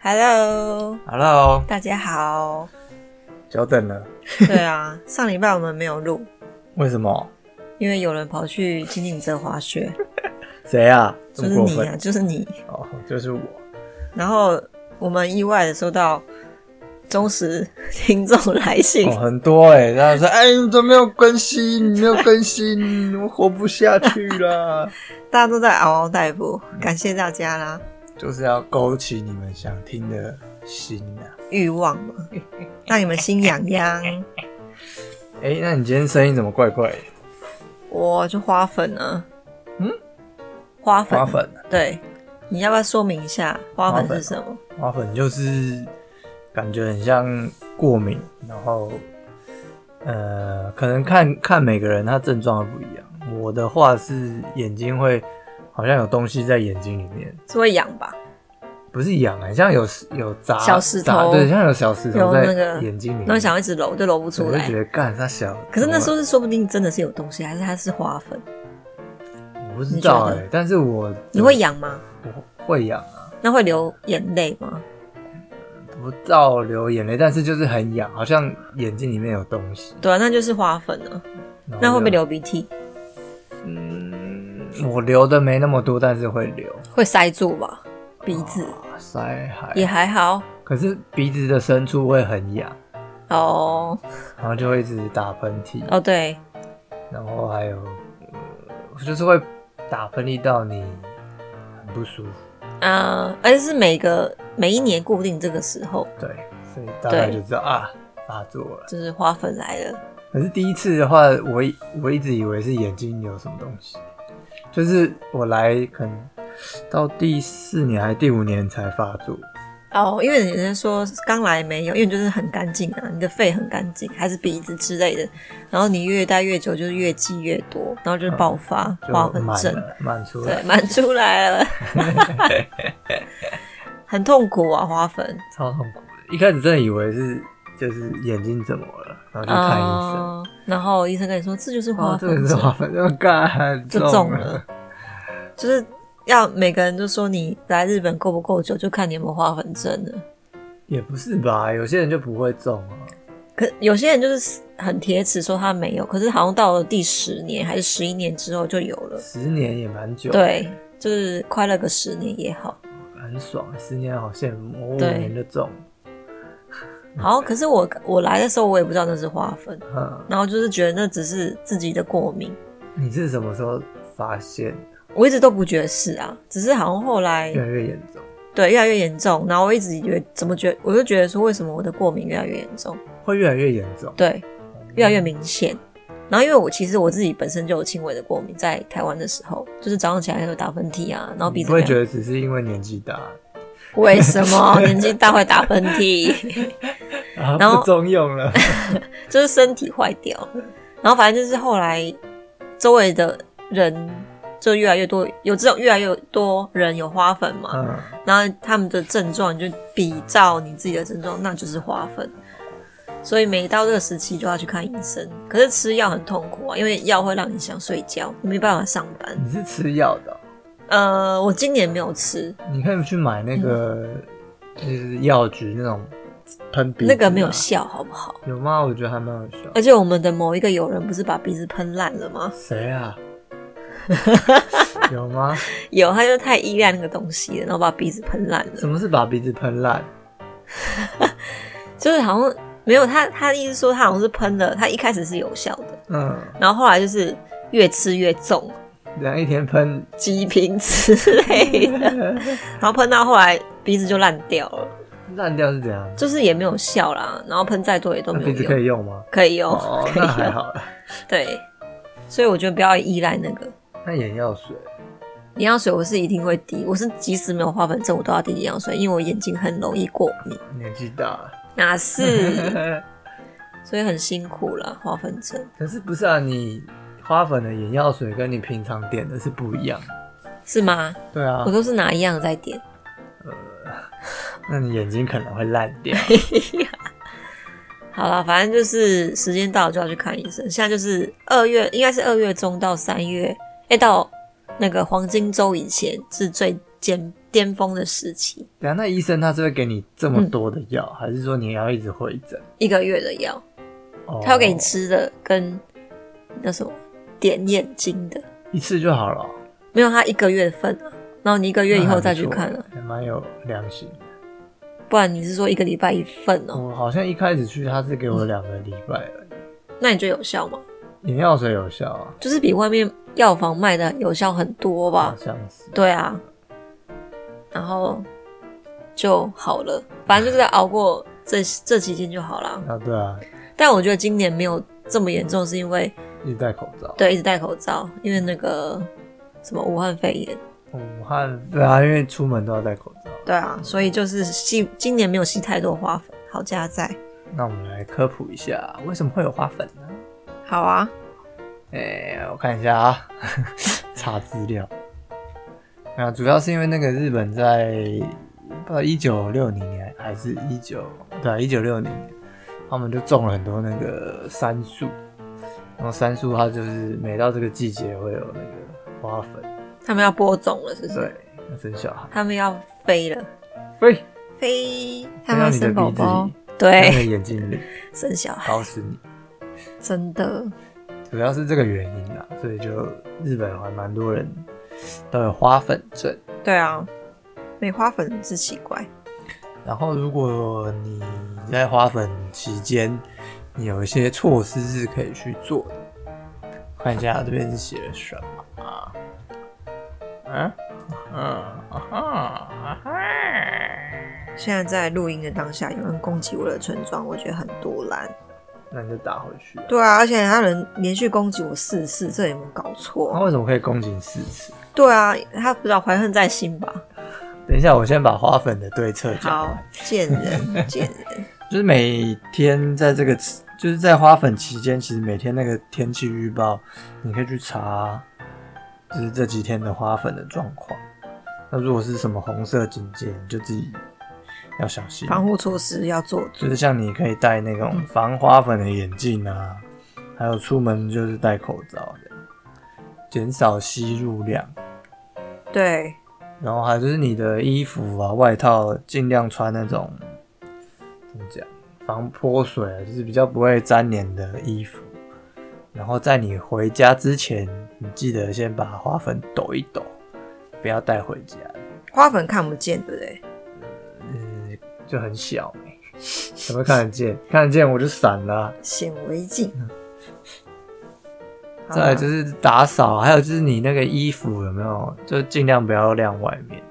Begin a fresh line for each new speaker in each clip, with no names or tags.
Hello，
Hello，
大家 好。
久等了，
对啊，上礼拜我们没有录，
为什么？
因为有人跑去金顶泽滑 雪，
谁啊？这
就
么
是
过
你
分？
啊，就是你。
哦，就是我。
然后我们意外的收到忠实听众来信，
哦，很多哎、欸，然后说，哎、你怎么没有更新？你没有更新，我活不下去啦。
大家都在嗷嗷待哺，
嗯
感谢大家啦。
就是要勾起你们想听的心啊。
欲望 嘛，让你们心痒痒。
哎、那你今天声音怎么怪怪的？
我就花粉啊，
嗯，
花粉，
花，粉啊，
对，你要不要说明一下花
花
粉
粉
是
哦
什么？
花粉就是感觉很像过敏，然后呃，可能看看每个人他症状不一样。我的话是眼睛会好像有东西在眼睛里面，
是会痒吧？
不是痒，很像有有砸
小石头
砸对，像有小石
有
头
那
在
个
眼睛里面。
那我想要一直揉，就揉不出
我就
来
觉。得干他小，
可是那时
候
候是说不定真的是有东西，还是它是花粉？
我不知道
你
哎、
觉得
但是我
你会，痒吗？
我会痒啊，
那会流眼泪吗？
不到流眼泪，但是就是很痒，好像眼睛里面有东西。
对啊，那就是花粉啊。
然后
那会不会
就？
流鼻涕？
嗯，我流的没那么多，但是会流
会塞住吧？鼻子
啊塞海
也。还好
可是鼻子的深处会很痒，
哦
然后就会一直打喷嚏，
哦，对，
然后还有、呃，就是会打喷嚏到你很不舒服。
啊，而且是每个每一年固定这个时候，
对，所以大概
对
就知道啊发作了。
就是花粉来了。
可是第一次的话，我一我一直以为是眼睛有什么东西，就是我来可能到第四年还是第五年才发作。
哦，因为人家说刚来没有，因为你就是很干净啊，你的肺很干净，还是鼻子之类的，然后你越待越久，就是越积越多，然后就是爆发、
嗯就
花粉
满
症。
了，满出
对，
来，
满出来了，很痛苦啊，花粉。
超痛苦的。一开始真的以为是就是眼睛怎么了，然后去看医生，
嗯然后医生跟你说这就是花
哦，这
粉
个是
症，
花粉，要干啊
就中
中
了，就是要每个人都说你来日本够不够久，就看你有没有花粉症了。
也不是吧？有些人就不会中啊，
可有些人就是很铁齿说他没有，可是好像到了第十年还是十一年之后就有了。
十年也蛮久，，
对，就是快乐个十年也好。
很爽，十年好羡慕，哦我五
对
年就中了。
好，可是我我来的时候我也不知道那是花粉，
嗯，
然后就是觉得那只是自己的过敏。
你是什么时候发现
我一直都不觉得是啊，只是好像后来
越来越严重？
对越来越严重，然后我一直觉得怎么觉得，我就觉得说为什么我的过敏越来越严重，
会越来越严重，
对，越来越明显。然后因为我其实我自己本身就有轻微的过敏，在台湾的时候，就是早上起来会打喷嚏啊，然后鼻
你
子
不会
没有
觉得只是因为年纪大，
为什 么年纪大会打喷嚏，
然
然后
后啊不中用 了，
就是身体坏掉。然后反正就是后来周围的人就越来越多，有这种越来越多人有花粉嘛，
嗯，
然后他们的症状你就比照你自己的症状，那就是花粉。所以每到这个时期就要去看医生，可是吃药很痛苦啊，因为药会让你想睡觉，你没办法上班。
你是吃药的哦、
呃，我今年没有吃，
你可以去买那个，就是药局那种喷
嗯
鼻、啊
那个没有，效，呃好不好？
有吗？我觉得还蛮有效。
而且我们的某一个友人不是把鼻子喷烂了吗？
谁啊？有吗？
有，他就太依赖那个东西了，然后把鼻子喷烂了
什。么是把鼻子喷烂？
就是好像没有他，他的意思说他好像是喷了，他一开始是有效的，
嗯，
然后后来就是越吃越重，
两一天喷，
几瓶之类 的，然后喷到后来鼻子就烂掉了，
烂掉是怎样？
就是也没有效啦，然后喷再多也都
那
没有
鼻子可
用，
以用吗？
可以用，
哦，
可
那
以
还
用，
好啦。
对，所以我觉得不要依赖那个
那眼药水，
眼药水，我是一定会滴，我是即使没有花粉症，我都要滴眼药水，因为我眼睛很容易过敏，
年纪 大了。
哪 是，所以很辛苦了花粉症，
可是不是啊？你花粉的眼药水跟你平常点的是不一样的。
是吗？
对啊
我，都是拿一样的在点。
那你眼睛可能会烂 掉。
好啦，反正就是时间到了就要去看医生。现在就是二月，应该是二月中到三月，哎、到那个黄金周以前是最尖巅峰的时期，
等一下那医生他是会给你这么多的药，还是说你要一直回诊？
一个月的药，
哦
他要给你吃的跟那什么点眼睛的，
一次就好了哦，
没有他一个月份啊，然后你一个月以后再去看
了
啊，，
还蛮有良心的。
不然你是说一个礼拜一份哦，
我好像一开始去他是给我两个礼拜而已，
那你觉得有效吗？
眼药水有效啊，
就是比外面药房卖的有效很多吧
好？像是。
对啊，然后就好了，反正就是要熬过这这期间就好啦。
啊，对啊，
但我觉得今年没有这么严重，是因为
一直戴口罩。
对一直戴口罩，因为那个什么武汉肺炎，
武汉对啊，因为出门都要戴口罩。
对啊，所以就是吸今年没有吸太多花粉，好加在，
那我们来科普一下，为什么会有花粉呢？
好啊，
哎、我看一下啊， 查资料。啊，主要是因为那个日本在不知道一九六零年还是一九对啊一九六零年，他们就种了很多那个杉树，然后杉树它就是每到这个季节会有那个花粉，
他们要播种了，是不是？
对，要生小孩，
他们要飞了，
喂，
飞，他们
飞到
要
你的
生宝
鼻子
宝哎
里，，在那
对，
个眼睛里
生小孩，
搞死你。
真的，
主要是这个原因啊，所以就日本还蛮多人都有花粉症。
对啊，没花粉真奇怪，
然后，如果你在花粉期间，你有一些措施是可以去做的。看一下这边是写了什么啊？嗯嗯啊
现在在录音的当下，有人攻击我的村庄，我觉得很毒烂。
那你就打回去。
对啊，而且他人连续攻击我四次，这有没有搞
那
错？
为什么可以攻击四次？
对啊，他不知道怀恨在心吧？
等一下，我先把花粉的对策讲
好
完。，
贱人，贱人。
就是每天在这个，就是在花粉期间，其实每天那个天气预报，你可以去查，就是这几天的花粉的状况。那如果是什么红色警戒，你就自己要小心。
防护措施要做足。
就是像你可以戴那种防花粉的眼镜啊，还有出门就是戴口罩的，减少吸入量。
对，
然后还有就是你的衣服啊、外套，尽量穿那种怎么讲，防泼水啊，就是比较不会粘黏的衣服。然后在你回家之前，你记得先把花粉抖一抖，不要带回家，
花粉看不见，对不对？
嗯，就很小、 欸，怎么会看得见？看得见我就闪了啊、
显微镜。好啊
嗯再来就是打扫，还有就是你那个衣服有没有，就尽量不要晾外面，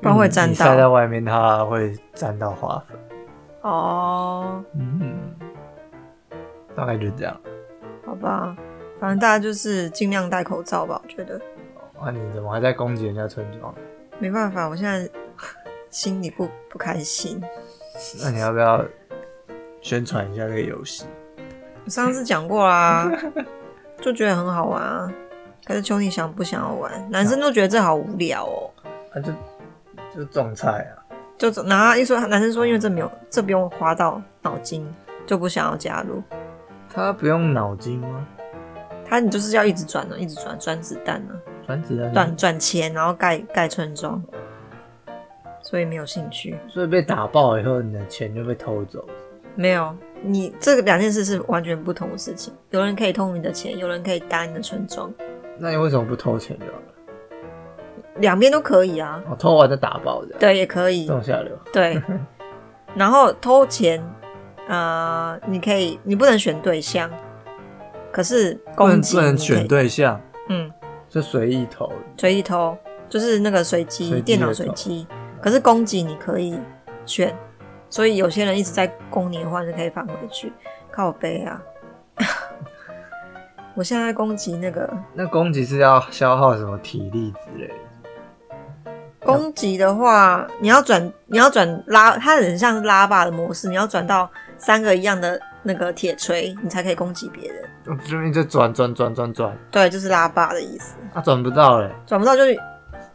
不然会沾到
因为你晒在外面它会沾到花粉。
哦，
嗯，大概就这样。
好吧，反正大家就是尽量戴口罩吧。我觉得
啊，你怎么还在攻击人家村庄？
没办法，我现在心里不不开心。
那你要不要宣传一下这个游戏？
我上次讲过啦，就觉得很好玩啊。可是求你想不想要玩？男生都觉得这好无聊哦。
啊，就就种菜啊，
就走然后一说男生说，因为这没有，这不用花到脑筋，就不想要加入。
它不用脑筋吗？
他你就是要一直转呢、啊一直转转子弹呢、
转子弹，
转转钱，然后盖盖村庄，所以没有兴趣。
所以被打爆以后，你的钱就被偷走。
没有，你这个两件事是完全不同的事情。有人可以偷你的钱，有人可以打你的村庄，
那你为什么不偷钱就好了？
两边都可以啊。
我偷完再打爆的，
对，也可以
这。种下流。
对，然后偷钱，呃，你可以，你不能选对象，可是
不
攻
能
击
不能
你可以
选，对象，
嗯，
就随意投。
随意偷，就是那个随
随
机
机
电脑
的
随
投
机，可是攻击你可以选，所以有些人一直在攻你的话，你就可以返回去，靠背啊。 我现在在攻击那个
那攻击是要消耗什么体力之类的？
攻击的话，你要转，你要转拉，它很像是拉霸的模式，你要转到三个一样的那个铁锤，你才可以攻击别人。
我哦这边就转转转转转，
对，就是拉霸的意思。
啊，转不到嘞，
转不到就是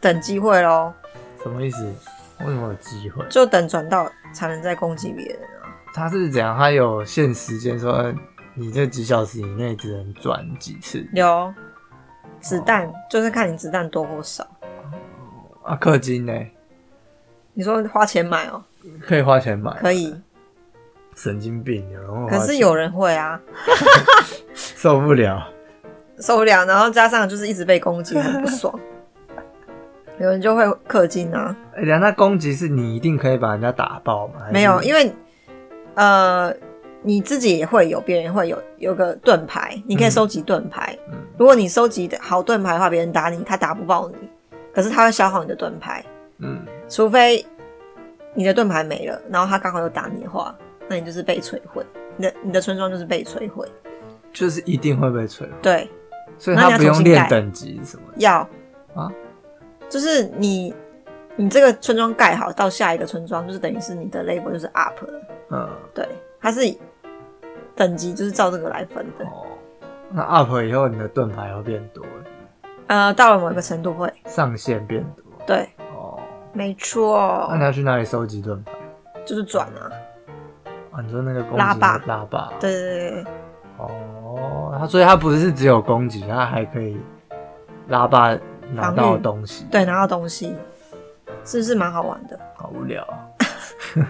等机会咯，
什么意思？为什么有机会？
就等转到才能再攻击别人啊。
他是怎样？他有限时间说，呃你这几小时以内只能转几次
有子弹，就是看你子弹多或少。
啊？氪金呢？
你说花钱买哦，
可以花钱买，
可以，
神经病，有人会花
可
钱
是有人会啊，
受 不了，
受不了，然后加上就是一直被攻击，很不 爽。有人就会氪金啊，
哎、人家攻击是你一定可以把人家打爆吗？还是
没有，因为呃，你自己也会有，别人也会有，有个盾牌，你可以收集盾牌。
嗯
如果你收集的好盾牌的话，别人打你，他打不爆你，可是他会消耗你的盾牌，
嗯，
除非你的盾牌没了，然后他刚好又打你的话，那你就是被摧毁，你的你的村庄就是被摧毁。
就是一定会被摧毁，
对，
所以
那你
他
要
不用
重新
练
盖
等级什么的。
要
啊，
就是你你这个村庄盖好到下一个村庄，就是等于是你的 level 就是 up 了，
嗯，
对，它是等级就是照这个来分的。
哦，那 up 以后你的盾牌会变多，
呃，到了某一个程度会，
上限变多。
对，
哦，
没
那
错
你，要去哪里收集盾牌？
就是转啊，
啊，你说那个攻击
拉霸
拉霸，
对对对对，
哦，他所以他不是只有攻击，他还可以拉霸拿到
防
的
御
东西。
对，拿到东西，是不是蛮好玩的？
好无聊啊！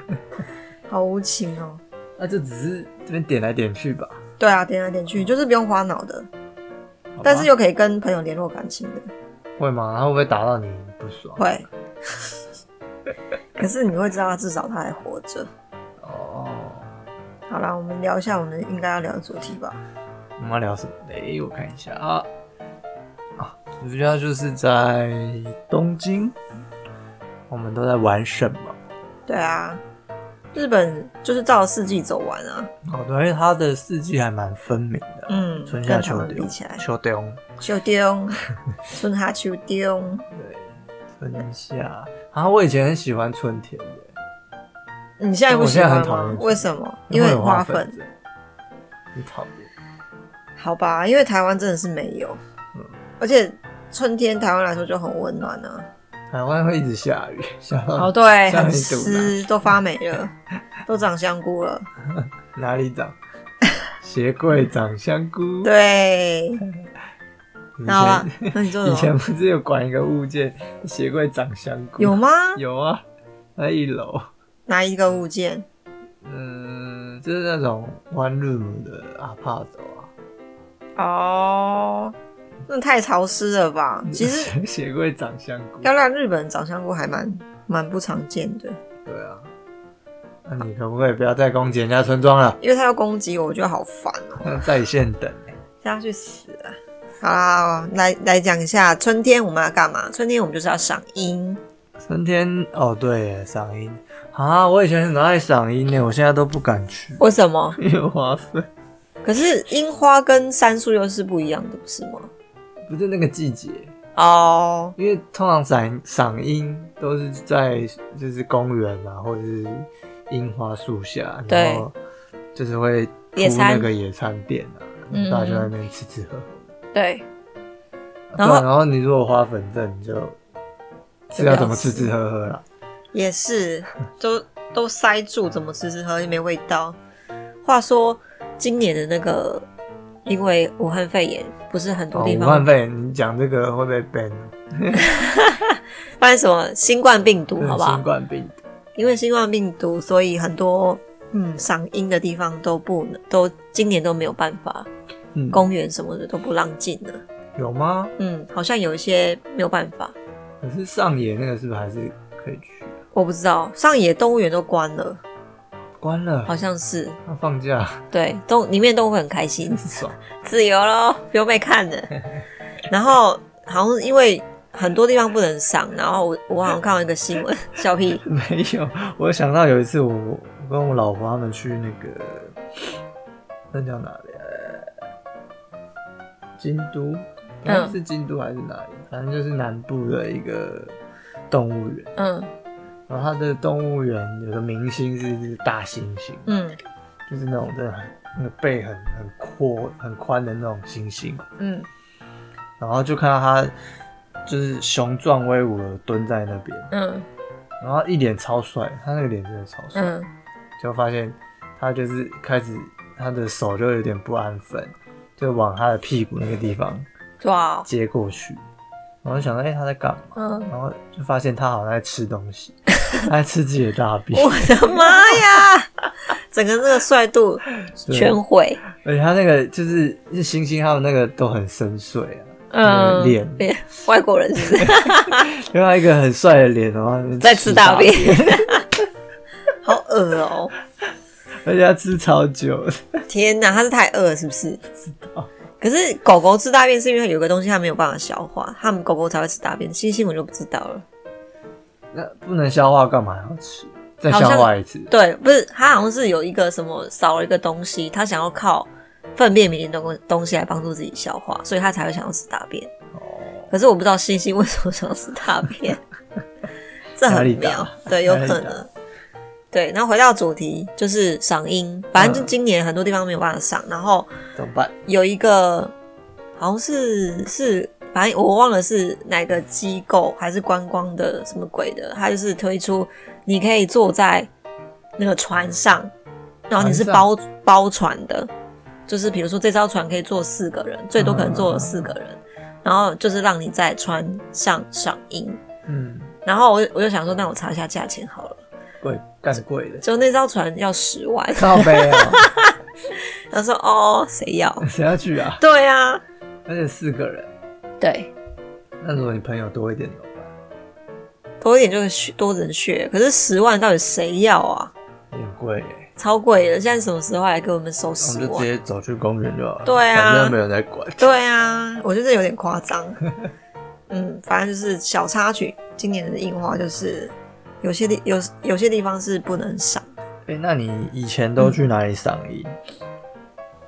好无情哦。
那就只是这边点来点去吧。
对啊，点来点去，就是不用花脑的，
好吧
但是又可以跟朋友联络感情的，
会吗？他会不会打到你不爽？
会。 可是你会知道，他至少他还活着。
哦，
好啦，我们聊一下我们应该要聊的主题吧。
我们要聊什么嘞？我看一下啊啊，暑假就是在东京，我们都在玩什么？
对啊，日本就是照四季走完啊。
哦，对，因为它的四季还蛮分明的，
嗯，
春夏
跟台
秋
湾
冬
比起来，
秋冬，
秋冬， 春夏秋冬，
春夏。然后我以前很喜欢春天的，
你现在不
我
喜
现在
欢
很讨
吗
厌？
为什么？因为
有花
粉。
在，很讨厌。
好吧，因为台湾真的是没有，
嗯
而且春天台湾来说就很温暖啊。
台湾会一直下雨，下到
哦，对，
像
很
你赌
湿，都发霉 了，都长香菇了。
哪里长？鞋柜长香菇。
对，
嗯以
好了
前，
那你做
以
什
前
么？
不是有管一个物件，鞋柜长香菇？
有吗？
有啊，在一楼。
哪一个物件？
嗯，就是那种 one room 的阿帕走啊。
哦，那太潮湿了吧？
嗯
其实
鞋柜长香菇。
要让日本长香菇还蛮蛮不常见的，
对啊。那你可不可以不要再攻击人家村庄了？
因为他要攻击我，我觉得好烦哦、
在线等。
让他去死啊！好啦，来来讲一下春天我们要干嘛？春天我们就是要赏樱，
春天哦，对耶，赏樱啊！我以前很爱赏樱呢，我现在都不 敢去，
为什么？
因为花费
可是樱花跟杉树又是不一样的，不是吗？
不是那个季节。
哦，
因为通常赏赏樱都是在就是公园啊，或者是樱花树下，
对
然后就是会铺
野餐
那个野餐垫啊，然后
嗯
大家就在那边吃吃喝喝。
对，
对
然
啊
后
然后你如果花粉症，你就是要怎么吃吃喝喝啦？
也是，都都塞住，怎么吃吃喝又没味道。话说今年的那个，因为武汉肺炎，不是很
哦，
多地
武
方
汉肺炎，你讲这个会被 ban，
发现什么新冠病毒，
对
好不好
新？冠病毒。
因为新冠病毒，所以很多嗯赏樱的地方都不能，都今年都没有办法，
嗯，
公园什么的都不让进了。
有吗？
嗯，好像有一些没有办法，
可是上野那个是不是还是可以去？
我不知道。上野动物园都关了，
关了，
好像是
那放假
对动里面动物会很开心，
爽。
自由咯，不用被看了。 然后好像因为很多地方不能上，然后我我好像看到一个新闻， 小屁
没有，我想到有一次我我跟我老婆他们去那个那叫哪里、呃京都，
嗯
是京都还是哪里？反正就是南部的一个动物园。
嗯
然后它的动物园有个明星是一只大猩猩，
嗯
就是那种真的很那个背很很阔很宽的那种猩猩。
嗯
然后就看到它就是雄壮威武的蹲在那边，
嗯
然后一脸超帅，他那个脸真的超帅。
嗯，
就发现他就是开始他的手就有点不安分，就往他的屁股那个地方
对啊，
接过去。然后就想到，哎、他在干嘛？
嗯
然后就发现他好像在吃东西，还吃自己的大便，
我的妈呀！整个那个帅度
对
全毁。
而且他那个就是是星星他们那个都很深邃啊，
嗯，
脸
脸 外国人是不是
另外一个很帅的脸，然后那边
在吃大便，好恶哦、
而且他吃超久的，
天哪，它是太饿了是不是？可是狗狗吃大便是因为有个东西它没有办法消化，它们狗狗才会吃大便。星星我就不知道了。
那不能消化干嘛要吃？再
好像
消化一次，
对，不是它好像是有一个什么少了一个东西，它想要靠粪便里面的东东西来帮助自己消化，所以它才会想要吃大便。
哦
可是我不知道星星为什么想要吃大 便，这
哪
很
里
妙
大，
对，有
哪里
可
大
能。对，然后回到主题，就是赏樱，反
嗯
正就今年很多地方没有办法赏，然后
怎么办？
有一个好像是是，反正我忘了是哪个机构还是观光的什么鬼的，它就是推出你可以坐在那个船上，然后你是
船上
包包船的，就是比如说这艘船可以坐四个人，最多可能坐四个人，然后就是让你在船上赏樱。
嗯，
然后我就我就想说，那我查一下价钱好了。
贵干贵的，
就那艘船要十万，
靠背啊，
他说哦，谁要？
谁要去啊？
对啊，
而且四个人，
对，
那如果你朋友多一点怎么办？
多一点就会血多人血，可是十万到底谁要啊？
有点贵耶。
超贵的，现在什么时候还给我们收
我
十
们就直
万？
接走去公园就好了，
啊对啊
反正没有人在 管。
对啊，我觉得有点夸张。 嗯，反正就是小插曲。今年的樱花就是有些地有有些地方是不能赏，
哎、那你以前都去哪里赏樱？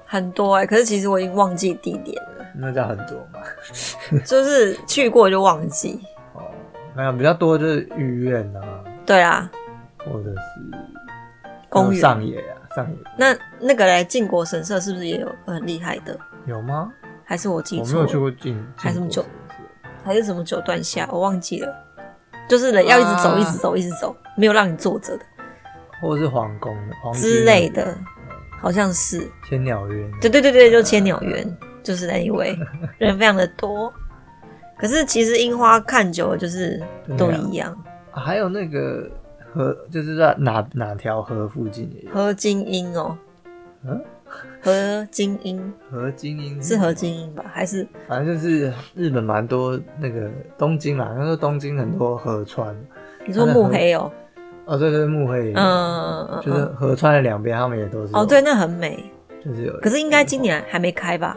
很多哎、可是其实我已经忘记地点 了，
那叫很多嘛。
就是去过就忘记。
哦，没有比较多就是御苑啊，
对啊，
或者是
公园。
上野啊，上野
那那个嘞，靖国神社是不是也有很厉害的？
有吗？
还是我记
我没
错了？
有去过进，
还是什么
靖
九
国神社
还是什么九段下，我忘记了。就是人要一直走，
啊
一直走，一直走，没有让你坐着的
或者是皇宫的皇居
之类的，好像是。
那边千鸟园啊。
对对对对，就千鸟园，就是那一 位人非常的多。可是其实樱花看久了就是都一样，
啊还有那个河，就是在哪哪条河附近也有
合金樱哦
嗯，
合金樱
河津樱
是合，金樱吧？还是
反正就是日本蛮多那个东京啦，那时候东京很多河川，
你说慕黑哦？
哦对对，幕会也有
嗯嗯嗯
就是
嗯，
河川的两边，他们也都是有
哦对，，那很美。
就是有。
可是应该今年还没开吧？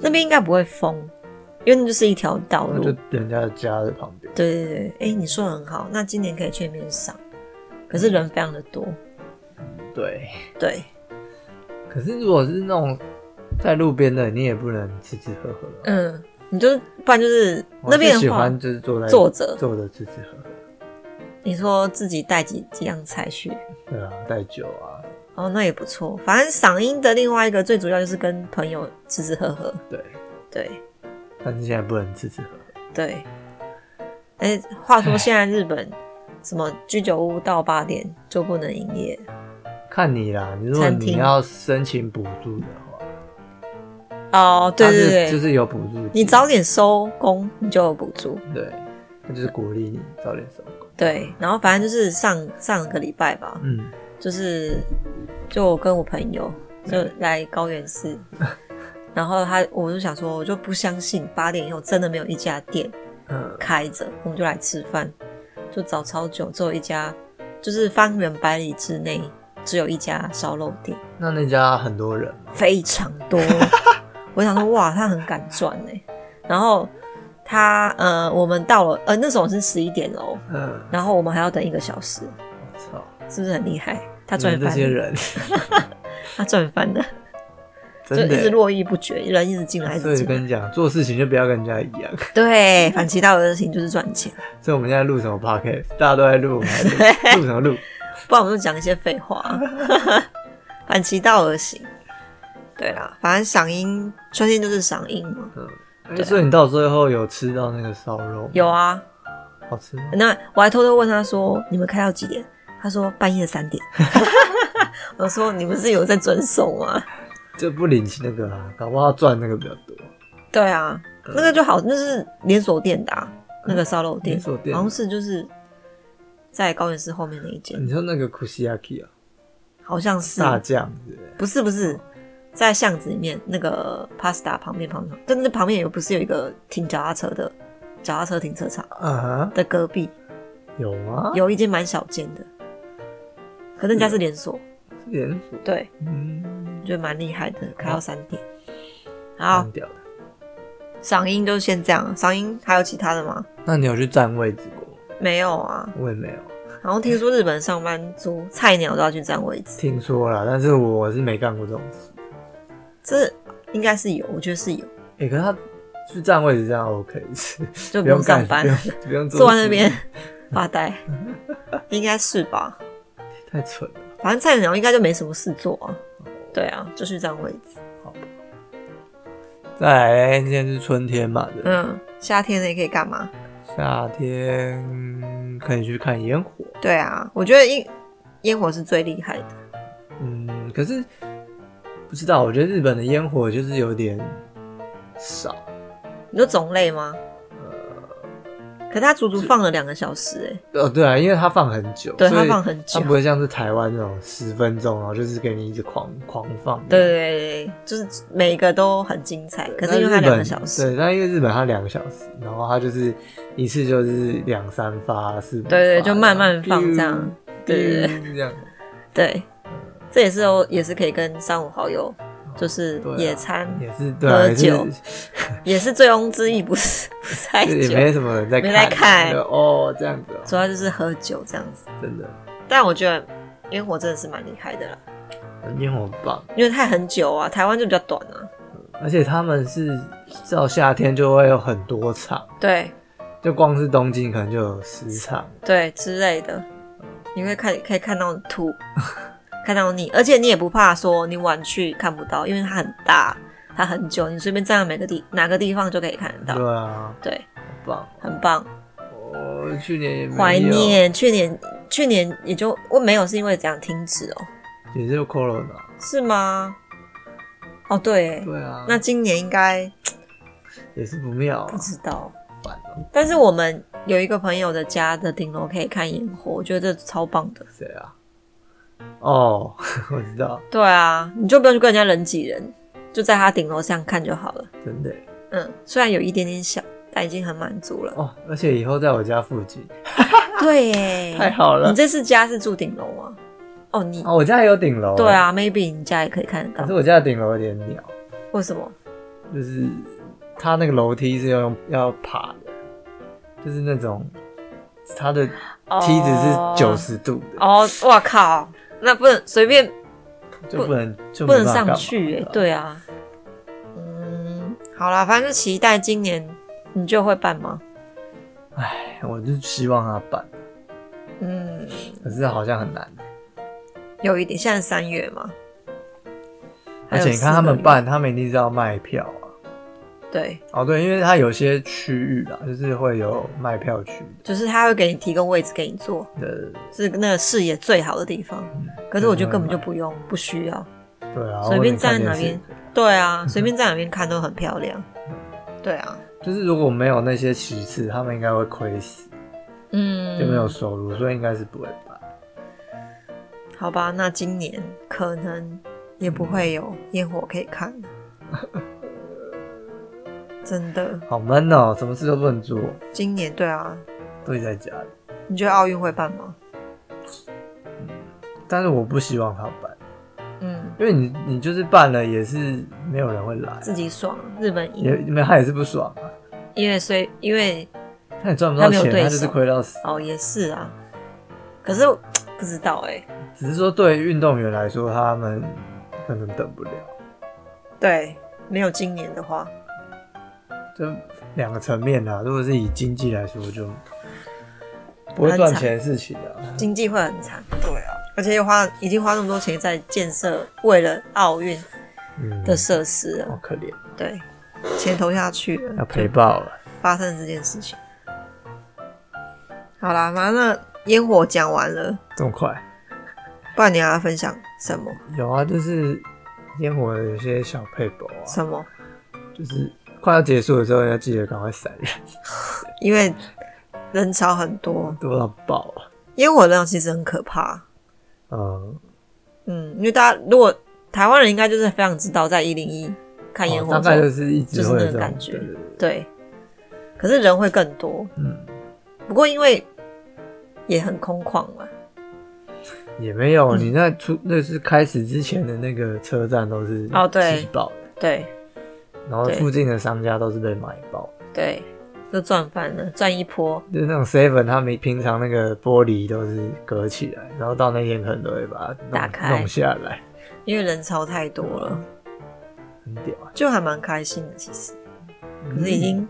那边应该不会封，因为那就是一条道
那
路。
就人家的家的旁边，
对对对，哎、你说的很好，那今年可以全面上，可是人非常的多，
对。
对，
可是如果是那种在路边的，你也不能吃吃喝喝。
嗯，你就是不然就是
我
那边
是喜
的话
欢，就是坐在
坐着，
坐着吃吃喝喝，
你说自己带几几样菜去，
对啊，带酒啊，
哦，那也不错，反正赏樱的另外一个最主要就是跟朋友吃吃喝喝，
对。
对
但是现在不能吃吃喝喝，
对，哎、话说现在日本什么居酒屋到八点就不能营业，
看你啦。你如果
餐
你
厅
要申请补助的话，
哦，对
它
对
是
对，
就是有补助金，
你早点收工你就有补助，
对，那就是鼓励你早点收工。
对，然后反正就是上上个礼拜吧，
嗯，
就是就我跟我朋友就来高原市，然后他我就想说，我就不相信八点以后真的没有一家店
嗯，
开着，我们就来吃饭，就找超久，只有一家，就是方圆百里之内只有一家烧肉店，
那那家很多人嘛，
非常多。我想说，哇，他很敢赚哎、然后他呃，我们到了呃那时候是十一点哦，
嗯，
然后我们还要等一个小时，
我操，
是不是很厉害？他
他
赚
这
翻
嗯些
了，
人，
他赚翻了。就
真
一直
的。
络绎不绝，人一直进来，一
所
直
以
进
我跟
来。
你讲，做事情就不要跟人家一 样。
对，反其道而行就是赚钱，
所以我们现在录什么 podcast，大家都在录，我们啊还 录录什么录？
不然我们就讲一些废话。 反其道而行，对啦，反正赏樱，春天就是赏樱嘛。
哎
对啊
所以你到最后有吃到那个烧肉吗？
有啊，
好吃吗？
那我还偷偷问他说：“你们开到几点？”他说：“半夜三 点。”我说：“你们是有在准守吗
就不领那个啦，搞不好赚那个比较多。？”
对啊，
嗯
那个就好，那是连锁店的、啊，那个烧肉店，
连锁店
好像是就是在高圆寺后面那一间，
你说那个 kusiaki 啊，
好像是
嗯大酱对不对
不是不是，在巷子里面那个 pasta 旁边旁边，但是旁边有不是有一个停脚踏车的脚踏车停车场
啊哈，
的隔壁
有啊吗？
有一间蛮小间的，可是人家是连锁，
是连锁，
对，
嗯，
就蛮厉害的，开到三点。好
蛮，屌的。
赏樱就先这样，赏樱还有其他的吗？
那你有去占位置过吗？
没有啊，
我也没有，
然后听说日本上班族菜鸟都要去占位置，
听说啦，但是我是没干过这种事。
这应该是有，我觉得是有，
哎、可是他去占位置这 样 OK，是
就
不
不用
干
上班
不，用不用做
坐在
事
那 边发呆， 应该是吧？
太蠢了。
反正菜鸟应该就没什么事做啊。对啊，就去占位置。
再来，今天是春天嘛，对不对
嗯，夏天的也可以干嘛？
夏天可以去看烟火，
对啊，我觉得烟烟火是最厉害的。
嗯，可是不知道，我觉得日本的烟火就是有点少，
你说种类吗？呃可它足足放了两个小时、欸，
哦，对啊，因为它放很久，
对，
所
它
以
放很
它
久。
不会像是台湾那种十分钟，然后就是给你一直狂狂放，
对对对对，就是每一个都很精彩，可
那
是因为它
日本
两个小时，
对，那因为日本它两个小时，然后它就是一次就是两三发、四五发，
对对就慢慢放这样
，biu，biu，
对对
这样，
对，这也是哦，也是可以跟三五好友就是
对啊
野餐，
也是对、啊，
喝
也是
酒也是醉翁之意不是不是太
也
久，
没什么人在
没在看
就哦，这样子、
主
哦，
要就是喝酒这样子。
真的，
但我觉得烟火真的是蛮厉害的啦。
烟火很棒，
因为它很久啊，台湾就比较短啊。
而且他们是到夏天就会有很多场，
对
就光是东京可能就有十场，
对之类的，你会看可以看到吐， 看到你，而且你也不怕说你晚去看不到，因为它很大，它很久，你随便站在每个地哪个地方就可以看得到。
对啊，
对，
很棒。哦
很棒，
我去年也没有
怀，念去年，去年也就我没有是因为这样停止哦，
也就 corona，
是吗？哦，对耶，
啊对啊，
那今年应该
也是不妙啊
不，知道。
烦哦
但是我们有一个朋友的家的顶楼可以看烟火，我觉得这超棒的。
谁啊？哦， 我知道，
对啊，你就不要去跟人家人挤人，就在他顶楼上看就好了。
真的
嗯，虽然有一点点小，但已经很满足 了。
哦，而且以后在我家附近，
对耶，
太好了
哎你。这次家是住顶楼吗？哦，你、
哦，我家也有顶楼，
对，啊，maybe 你家也可以看得
可是
到。
我家的顶楼有点鸟，
为什么？
就是它那个楼梯是要用要爬的，就是那种它的梯子是九十度的，
哦，哇靠，那不能随便
就不能
哦
就
不
没
能
办法干
上
嘛
去耶。对
对啊
啊，嗯，好啦，反正就期待今年你就会办吗？
哎我就希望它办，
嗯，
可是好像很难。
有一点，现在三月嘛，还
而
有
且你看
四
他们
个月
办，他们一定是要卖票啊。
对，
哦，对，因为它有些区域啦，就是会有卖票区
就是他会给你提供位置给你坐，
的。
是那个视野最好的地方。
嗯
可是我觉得根本就不用，不需要。
对啊，
随便
或者你看
站哪
电视
边对
嗯
啊，随便在哪边看都很漂亮。对啊，
就是如果没有那些旗帜，他们应该会亏死，
嗯，
就没有收入，所以应该是不会办。
好吧，那今年可能也不会有烟火可以 看了，真的。
好闷哦、什么事都不能做，
今年对啊，
堆在家里。
你觉得奥运会办吗？
但是我不希望他办，
嗯，
因为你你就是办了也是没有人会来，
自己爽，日本
也
赢，
没有他也是不爽啊，
因为虽因为
他也赚不到
他没有
钱，
对
他就是
手
亏到死。
哦也是啊，可是不知道哎、
只是说对运动员来说，他们可能等不了，
对，没有今年的话，
就两个层面啊啦。如果是以经济来说，就不会赚钱的事情啊。
经济会很惨。对啊，而且又花已经花那么多钱在建设为了奥运
嗯，
的设施
好
了，
可怜，
对，钱投下去了，
要赔爆了。
发生这件事情。好啦，反正烟火讲完了，
这么快？
不然你要分享什么
有啊，就是烟火有一些小配博啊，
什么？
就是快要结束的时候要记得赶快闪人，
因为人潮很多，
多到爆啊！
烟火量其实很可怕。
嗯，
嗯，因为大家如果台湾人应该就是非常知道，在一零一看烟
哦
火
大
的时
概
候，
就是一直
就是
会有
那
这
个
种
感觉
对对对
对，可是人会更多。
嗯，
不过因为也很空旷嘛，
也没有，
嗯
你那出那是开始之前的那个车站都是
哦对
挤爆的，
对
然后
对
附近的商家都是被买爆，
对，就赚翻了，赚一波。
就是那种 seven 他们平常那个玻璃都是隔起来，然后到那天可能都会把它弄
打开
弄下来，
因为人潮太多了，
很屌啊，
就还蛮开心的。其实，可是已经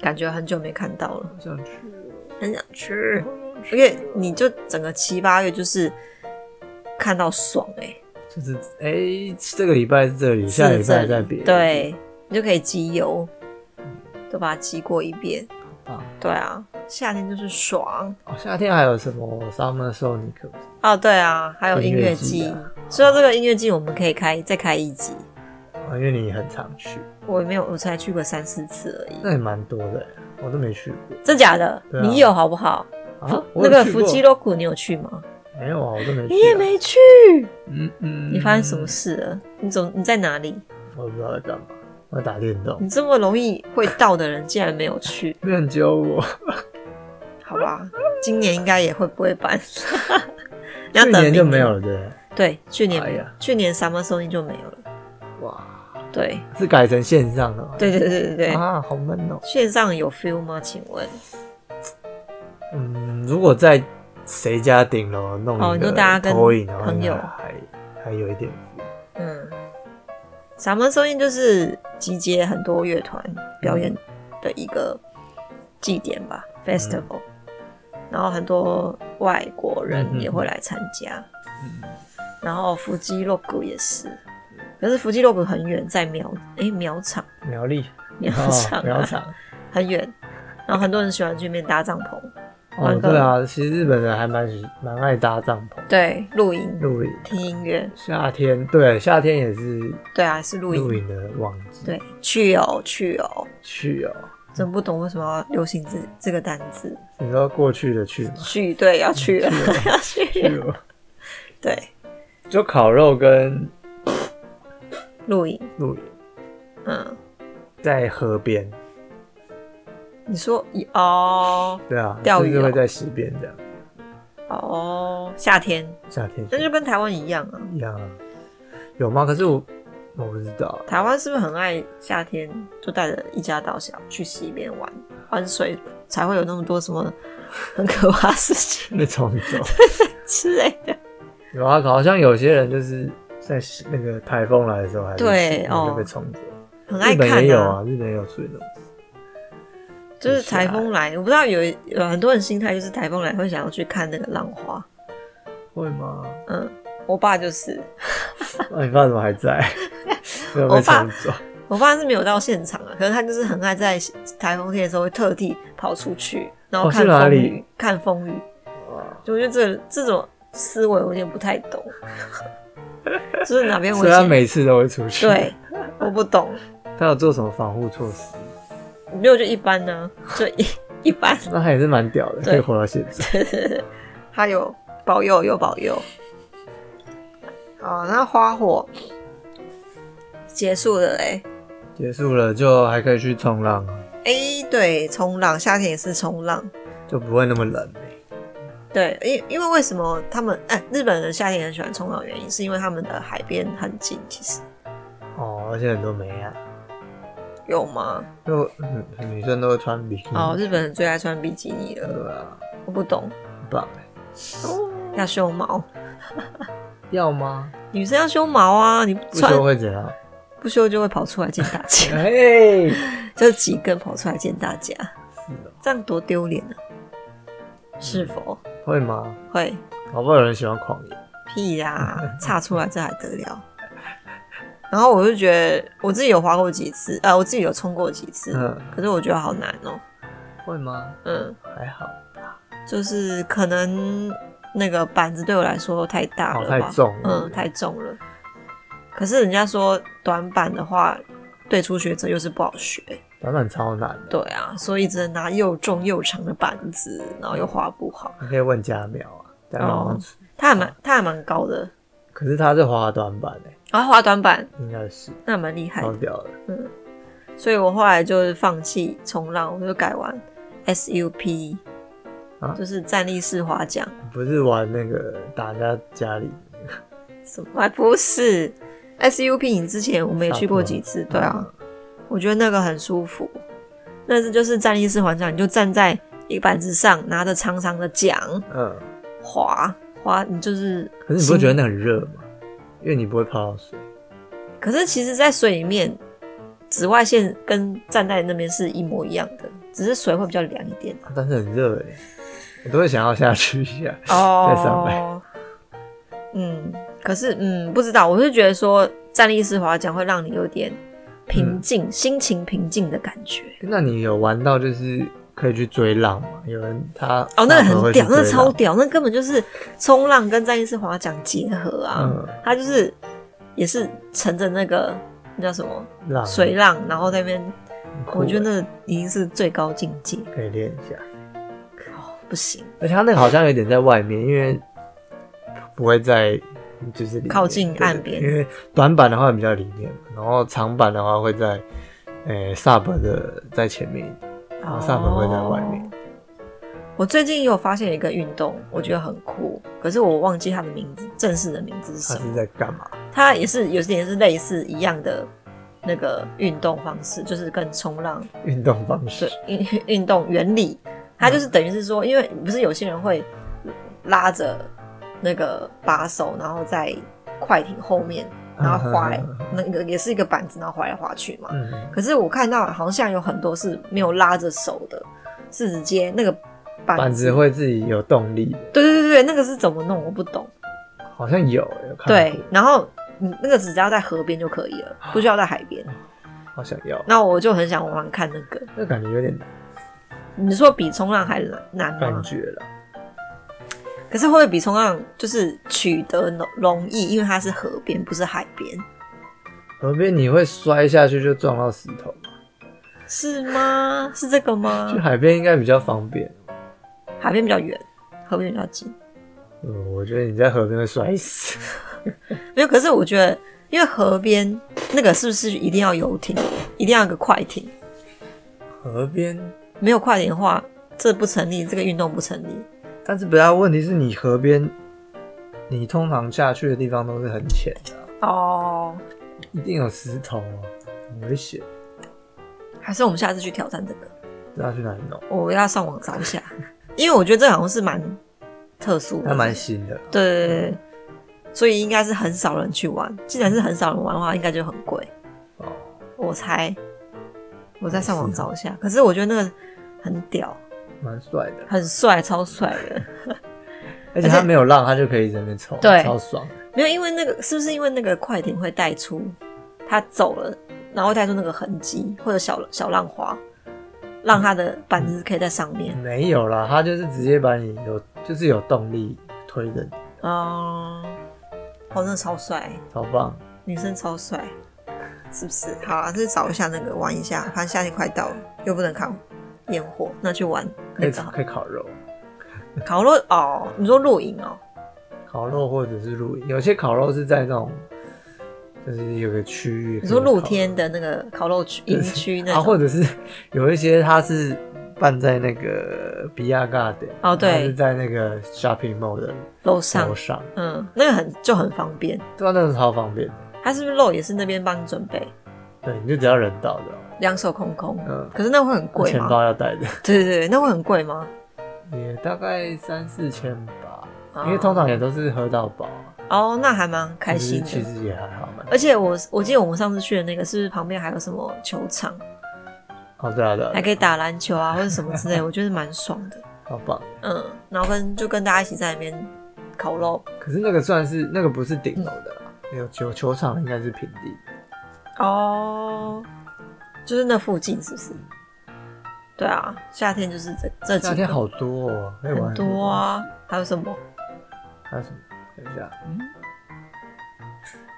感觉很久没看到了，
嗯想去
很想去。而且你就整个七八月就是看到爽哎、
就是哎、这个礼拜是这里，下礼拜在别的
对，你就可以集邮，
嗯
都把它集过一遍。
啊。
对啊，夏天就是爽
哦，夏天还有什么 Summer Sonic？
哦。对啊，还有音乐
音
季
乐季啊。
说到这个音乐季，我们可以开再开一集。
啊，因为你很常去，
我没有，我才去过三四次而已。
那也蛮多的，我都没去过
真假的？
啊对啊
你有好不好？
啊。我
哦那个
有去
伏
过
基洛谷你有去吗？
没有啊，我都没去、啊。
你也？没去，
嗯嗯。
你发生什么？事了？你怎么你在哪里？
我不知道在干嘛，我在打电动，
你这么容易会到的人，竟然没有去？
没人教我。
好吧，今年应该也会不会办？ 你要
去
等
年就
明啊
没有了，对不对。
对，去年
哎
没有，
呀
去年 Summer Sony 就没有了。
哇，
对，
是改成线上了吗。
对对对对对，
啊，好闷哦、
线上有 feel 吗？请问？
嗯，如果在谁家顶楼弄
哦
一
你说
个
大家跟
投影的话，
朋
应该
友
还还有一点 feel
嗯，Summer Sony 就是集结很多乐团表演
嗯
的一个祭典吧、f e s t i v a l 然后很多外国人
嗯嗯
也
嗯
会来参加，
嗯
然后伏击洛谷也是，可是伏击洛谷很远，在苗诶苗场
苗栗，
苗场、啊
哦，苗场，
很远，然后很多人喜欢去那边搭帐篷，
哦，
玩个
对啊，其实日本人还蛮喜蛮爱搭帐篷
对，露营、
露营。
听音乐，
夏天对，夏天也是
对啊，是露营
露，营的旺季，
对，去哦去哦，
去哦。
真不懂为什么要流行这这个单字，
你知道过去的去吗？
去对要嗯去了 要去了，
去哦，
对，
就烤肉跟
露营，
露营
嗯，
在河边，
你说以哦
对啊，
钓鱼哦
就是会在溪边这样。
哦，夏天
夏天
那就跟台湾一样啊，
一样啊，有吗？可是我我不知道，
台湾是不是很爱夏天就带着一家大小去溪边玩玩水，才会有那么多什么很可怕的事情
那种走
之类的？
有啊，好像有些人就是在那个台风来的时候还是
对
然后就
哦
被冲走。
很爱
日
看
本也有啊，日本也有出这种事，
就是
啊
台风来，我不知道有有很多人心态就是台风来会想要去看那个浪花。
会吗？
嗯，我爸就是，
那你 爸怎么还在？没 有
我
被
爸
冲走？
我爸是没有到现场啊，可是他就是很爱在台风天的时候会特地跑出去，然后
哦
看
去哪
风雨，
里
看风雨。就我觉得这这种思维我有点不太懂，就是哪边
所
危
以他
险？
每次都会出去。，
对，我不懂，
他有做什么防护措施？
没有就一般呢、就一一般。
那他也是蛮屌的，
对
可以活到现在。
他有保佑，有保佑。好，那花火结束了嘞。
结束了就还可以去冲浪啊，
哎、对，冲浪，夏天也是冲浪。
就不会那么冷、欸。
对，因因为为什么他们哎、日本人夏天很喜欢冲浪，的原因是因为他们的海边很近。其实
哦，而且很多美啊，
有吗？
就、嗯、女生都会穿比基尼。啊
哦，日本人最爱穿比基尼了，
对啊，
我不懂，
很棒、欸。
要修毛，
要吗？
女生要修毛啊，你
不
穿
修会怎啊样？
不修就会跑出来见大 家，
哎、
就是几根跑出来见大家，
是的，
这样多丢脸啊！
嗯
是否
会吗？
会？
好不好有人喜欢狂野？
屁呀、差出来这还得了？然后我就觉得我自己有滑过几次，呃，我自己有冲过几次，
嗯，
可是我觉得好难哦、
会吗？
嗯，
还好，
就是可能那个板子对我来说太大
哦，
了
太
吧，
重了。
嗯，太重了。可是人家说短板的话，对初学者又是不好学。
短板超难的，
对啊，所以只能拿又重又长的板子，然后又画不好。
你可以问家苗啊，家
哦
苗好像是、
他还蛮他还蛮高的，
可是他是滑短板诶、
然后画短板
应该是
那还蛮厉害
超
的，
屌的。
所以我后来就是放弃冲浪，我就改玩 SUP，、
啊
就是站立式划桨。
不是玩那个打人家家里，
什么？哎不是 SUP，你之前我们也去过几次，对啊，我觉得那个很舒服。那是就是站立式环桨，你就站在一个板子上，拿着长长的桨
嗯，
划划，你就是。
可是你不会觉得那很热吗？因为你不会泡到水，
可是其实，在水里面，紫外线跟站在那边是一模一样的，只是水会比较凉一点。
啊但是很热哎、我都会想要下去一下。 在上
哦，嗯，可是嗯，不知道，我是觉得说站立式划桨会让你有点平
嗯
静、心情平静的感觉。
那你有玩到就是可以去追浪吗？有人他
哦，那个
他们
很
会去
屌，那个
追
超
浪
屌，那根本就是冲浪跟站立式划桨结合啊！
嗯
它就是也是乘着那个那叫什么
浪
水浪，然后在那边，
嗯很酷
我觉
欸
得那已经是最高境界，
可以练一下，
不行，
而且他那个好像有点在外面，因为不会在就是里面
靠近
对对
岸边
因为短板的话比较里面，然后长板的话会在诶 sub 的在前面一点。啊萨满会在外面
哦。我最近有发现一个运动，我觉得很酷，可是我忘记它的名字，正式的名字是
他
什么。
是在干嘛？
它也是有点是类似一样的那个运动方式，就是跟冲浪
运动方式
对，运运动原理，
嗯
它就是等于是说，因为不是有些人会拉着那个把手，然后在快艇后面，然后划来
嗯
那个也是一个板子，然后划来划去嘛。
嗯，
可是我看到好像有很多是没有拉着手的，是直接那个板
板子会自己有动力的，
对对对对，那个是怎么弄我不懂。
好像有有看
啊对啊
过，，
然后你那个只要在河边就可以了，不需要在海边。
好想要，
那我就很想玩玩看那个。
那感觉有点
你说比冲浪还难吗
感？觉了，
可是会不会比冲浪就是取得容容易，因为它是河边，不是海边，
河边你会摔下去就撞到石头嘛，
是吗？是这个吗
去？海边应该比较方便。
海边比较远，河边比较近。
嗯，我觉得你在河边会摔死。
没有，可是我觉得，因为河边那个是不是一定要游艇，一定要有个快艇？
河边，
没有快艇的话，这不成立，这个运动不成立。
但是不要问题是你河边，你通常下去的地方都是很浅的啊、
哦，
一定有石头啊，很危险。
还是我们下次去挑战这个，
不知道去哪里弄，
我要上网找一下， 因为我觉得这好像是蛮特殊的，
还蛮新的。
对对对对，所以应该是很少人去玩。既然是很少人玩的话，应该就很贵。
哦，啊
我猜，我再上网找一下。可是我觉得那个很屌，
蛮帅的，
很帅，超帅的。
而且
而且
它没有浪，它就可以在那边冲，
对
超爽。
没有，因为那个是不是因为那个快艇会带出他走了，然后带出那个痕迹或者小小浪花，让他的板子可以在上面。
没有啦，它就是直接把你有，就是有动力推着你，
哦、哦，那超帅，
超棒。
女生超帅，是不是？好啊，再找一下那个玩一下，反正夏天快到了，又不能烤烟火，那去玩
可
那
以
个好
可以烤肉，
烤肉哦。你说露营哦，
烤肉或者是露营，有些烤肉是在那种，就是有个区域可以烤肉，
你说露天的那个烤肉区营区那
啊，
种
或者是 有一些它是办在那个比亚嘎的
哦对
它是在那个 shopping mall 的
楼上
楼，上，
嗯，那个很就很方便。
对啊，那是超方便的，
他是不是肉也是那边帮你准备？
对，你就只要人到就好了，
两手空空。
嗯
可是那会很贵
钱
吗？
包要带的，
对对对，那会很贵吗？
也大概三四千吧，
啊
因为通常也都是喝到饱啊，
哦，那还蛮开心
其实
的。
其实也还好嘛。
而且我我记得我们上次去的那个，是不是旁边还有什么球场，
哦，对啊，对啊，啊
还可以打篮球啊，或者什么之类的，我觉得蛮爽的。
好棒。
嗯，然后跟就跟大家一起在那边烤肉。
可是那个算是那个不是顶楼的啦，
嗯
有球球场应该是平地的，
哦，就是那附近是不是？对啊，夏天就是这这
夏
几
天
个
好多哦，可以玩
很多啊，还有什么？
还有什么？等一下，嗯，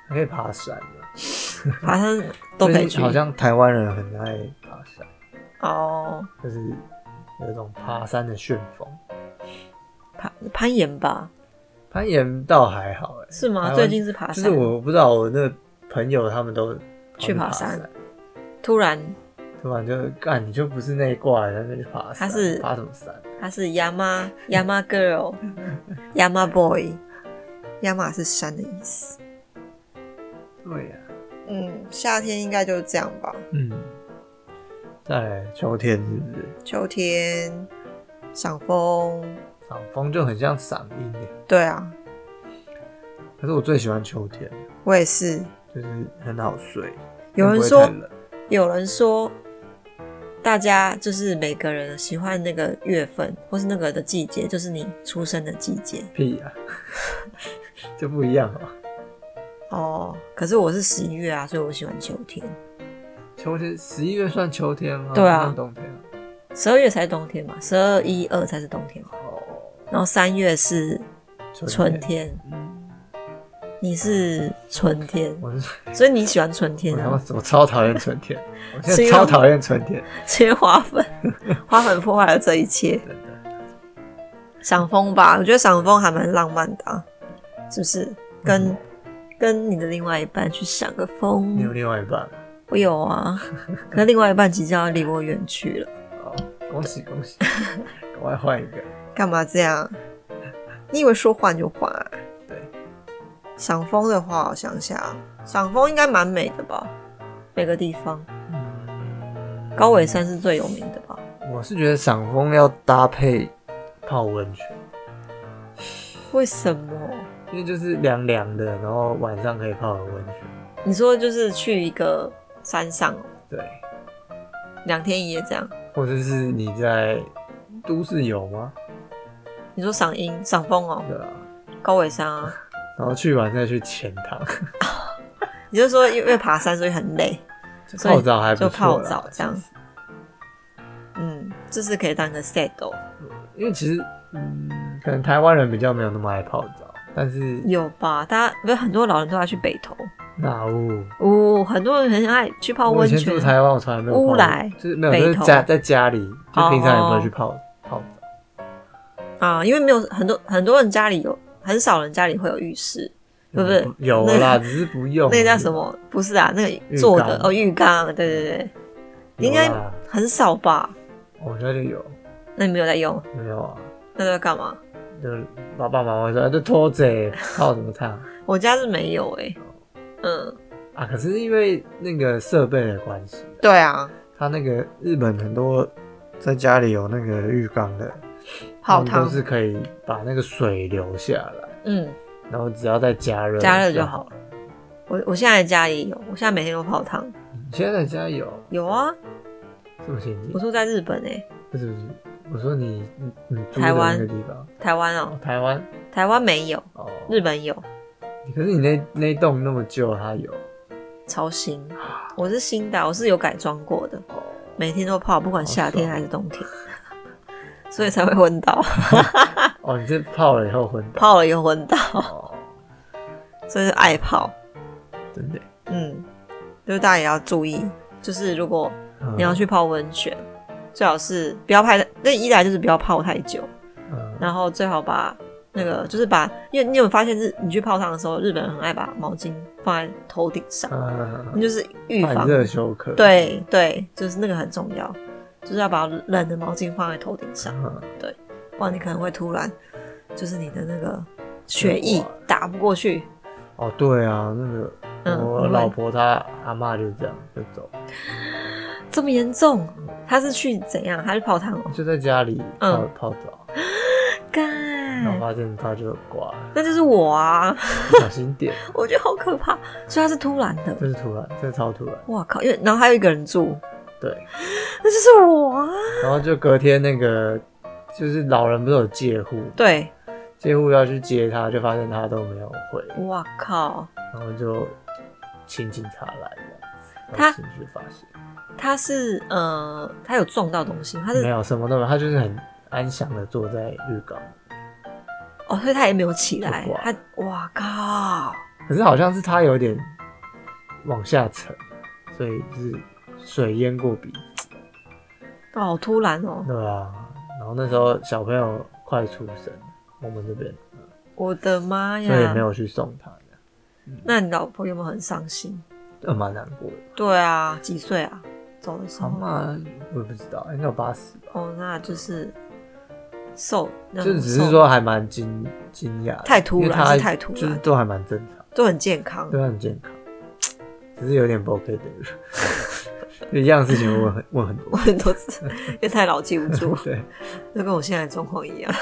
还可以爬山的，
爬山都可以去。
好像台湾人很爱爬山，
哦，
就是有一种爬山的旋风。
攀攀岩吧？
攀岩倒还好、欸，
是
台
吗？
湾
最近是爬
就
山，
是我不知道我那个朋友他们都
去
爬
爬山，突然
突然就干，你就不是那一挂的，在那边爬山，
他是
爬什么山？
他是 Yama Yama Girl Yama Boy。Yama 是山的意思。
对呀、
嗯，夏天应该就是这样吧。
嗯，再来秋天是不是？
秋天赏枫，
赏枫就很像赏樱耶，
对啊，
可是我最喜欢秋天，
我也是。
就是很好睡。
有人
又不会
说
太冷
有人说，大家就是每个人喜欢那个月份或是那个的季节，就是你出生的季节
屁呀、 就不一样哦。
哦。可是我是十一月啊，所以我喜欢秋天。
秋天十一月算秋天吗？
对啊
不算冬天啊。
十二月才是冬天嘛，十二一二才是冬天嘛，
哦，
然后三月是春。天。
嗯
你是春天，
我是
所以你喜欢春天
我他
啊
妈？我超讨厌春天，我现
是因
在
为
超讨厌春天，
缺花粉，花粉破坏了这一切。
真的。
赏枫吧，我觉得赏枫还蛮浪漫的、啊，是不是？跟、跟你的另外一半去赏个
你嗯有
枫，
另外一半吗？
我有 啊。可是另外一半即将要离我远去了，
哦，恭喜恭 喜，赶快换一个。
干嘛这样？你以为说换就换、啊？
对，
赏枫的话，我想想，赏枫应该蛮美的吧？每个地方，
嗯
高尾山是最有名的吧？
我是觉得赏枫要搭配泡温泉，
为什么？
因为就是凉凉的，然后晚上可以泡个温泉。
你说就是去一个山上哦
对，
两天一夜这样？
或者是你在都市有吗？
你说赏樱、赏枫哦，
对啊，
高尾山啊？
然后去完再去钱塘，
你就说因为爬山所以很累，
就
所以
泡澡还不
就泡
错啦
澡这样。嗯，这是可以当个 set 哦，
因为其实，嗯，可能台湾人比较没有那么爱泡澡，但是
有吧？大家不是很多老人都爱去北投，
那雾，
哦，很多人很爱去泡
我
温
以前
泉
住。台湾，我从来没有泡
乌
过
来
就是没有，
北
就是
投
家在家里，就平常也不
哦
会去泡泡澡。
啊，因为没有很多很多人家里有，很少人家里会有浴室，对不对
嗯有
那个
啦，只是不用。
那个叫什？么？不是啊，那
浴
个做的
缸
哦，浴缸，对对对，应
有
该
啦
很少吧？
我家就有，
那你没有在用，
没有啊？
那都在干嘛？
就是爸爸妈妈说，啊就拖着泡什么烫
我家是没有哎、嗯，
啊？可是因为那个设备的关系，
对啊，
他那个日本很多在家里有那个浴缸的，
泡
他们
汤
嗯都，是可以把那个水流下来，
嗯，
然后只要再加热，
加热就好。了。
啊
我我现在家里有，我现在每天都泡汤。
你嗯现在在家有
有啊，
什么情
我
景？
住在日本诶、欸
不是不是，我说你你你住的
台湾
那个地方，
台湾哦
哦，、台湾
台湾没有，
哦，
日本有，
可是你那那栋那么旧，它有
超新。我是新的啊，我是有改装过的，
哦
每天都泡，不管夏天还是冬天， 所以才会昏倒，
哦，你这泡了以后昏倒
泡了又昏倒，
哦，
所以就爱泡。
真的。
嗯，就是大家也要注意，就是如果
嗯
你要去泡温泉，最好是不要泡太，那一来就是不要泡太久，
嗯
然后最好把那个就是把，因为你有没有发现日你去泡汤的时候，日本人很爱把毛巾放在头顶上，
嗯，
那就是预
反
防。
热休克。，
对对，就是那个很重要，就是要把冷的毛巾放在头顶上，
嗯，
不然你可能会突然就是你的那个血
就
液
挂了
打不过去。
哦，对啊，那个
嗯，
我
因为
老婆她阿嬷就这样就走，
这么严重，他是去怎样？他去泡汤哦，
就在家里泡、
嗯
泡澡，然后
干，
发现她就挂了，
那就是我啊，
小心点，
我觉得好可怕，所以他是突然的。
这是突然，这超突然，
哇靠！因为然后还有一个人住，
对，
那就是我啊。
然后就隔天那个就是老人不是有借户，
对，
借户要去接她，就发现她都没有回，
哇靠！
然后就请警察来这样子，
她
然后情绪发泄，
他是呃，他有撞到东西吗，他
没
是
有什么都没有，她就是很安详的坐在浴缸。
哦，所以他也没有起来
就挂。
他哇靠！
可是好像是他有点往下沉，所以是水淹过鼻子，
哦，好突然哦！
对啊。然后那时候小朋友快出生，我们这边，
我的妈
所以没
呀！
有去送他的，
那你老婆有没有很伤心？
呃，蛮难过的。
对啊，几岁啊？走的时
阿
候，
妈我也不知道，应该有八十吧，
哦，那就是瘦，那
就
种
只是
瘦
说还蛮惊惊讶的，
太突然
因为他
是太突然
就是都还蛮正常，
都很健康。
都很健康，只是有点不 OK 的， 就一样的事情我问很问很
我
多，，
很多次，因为太老记不住
对，
就跟我现在的状况一样。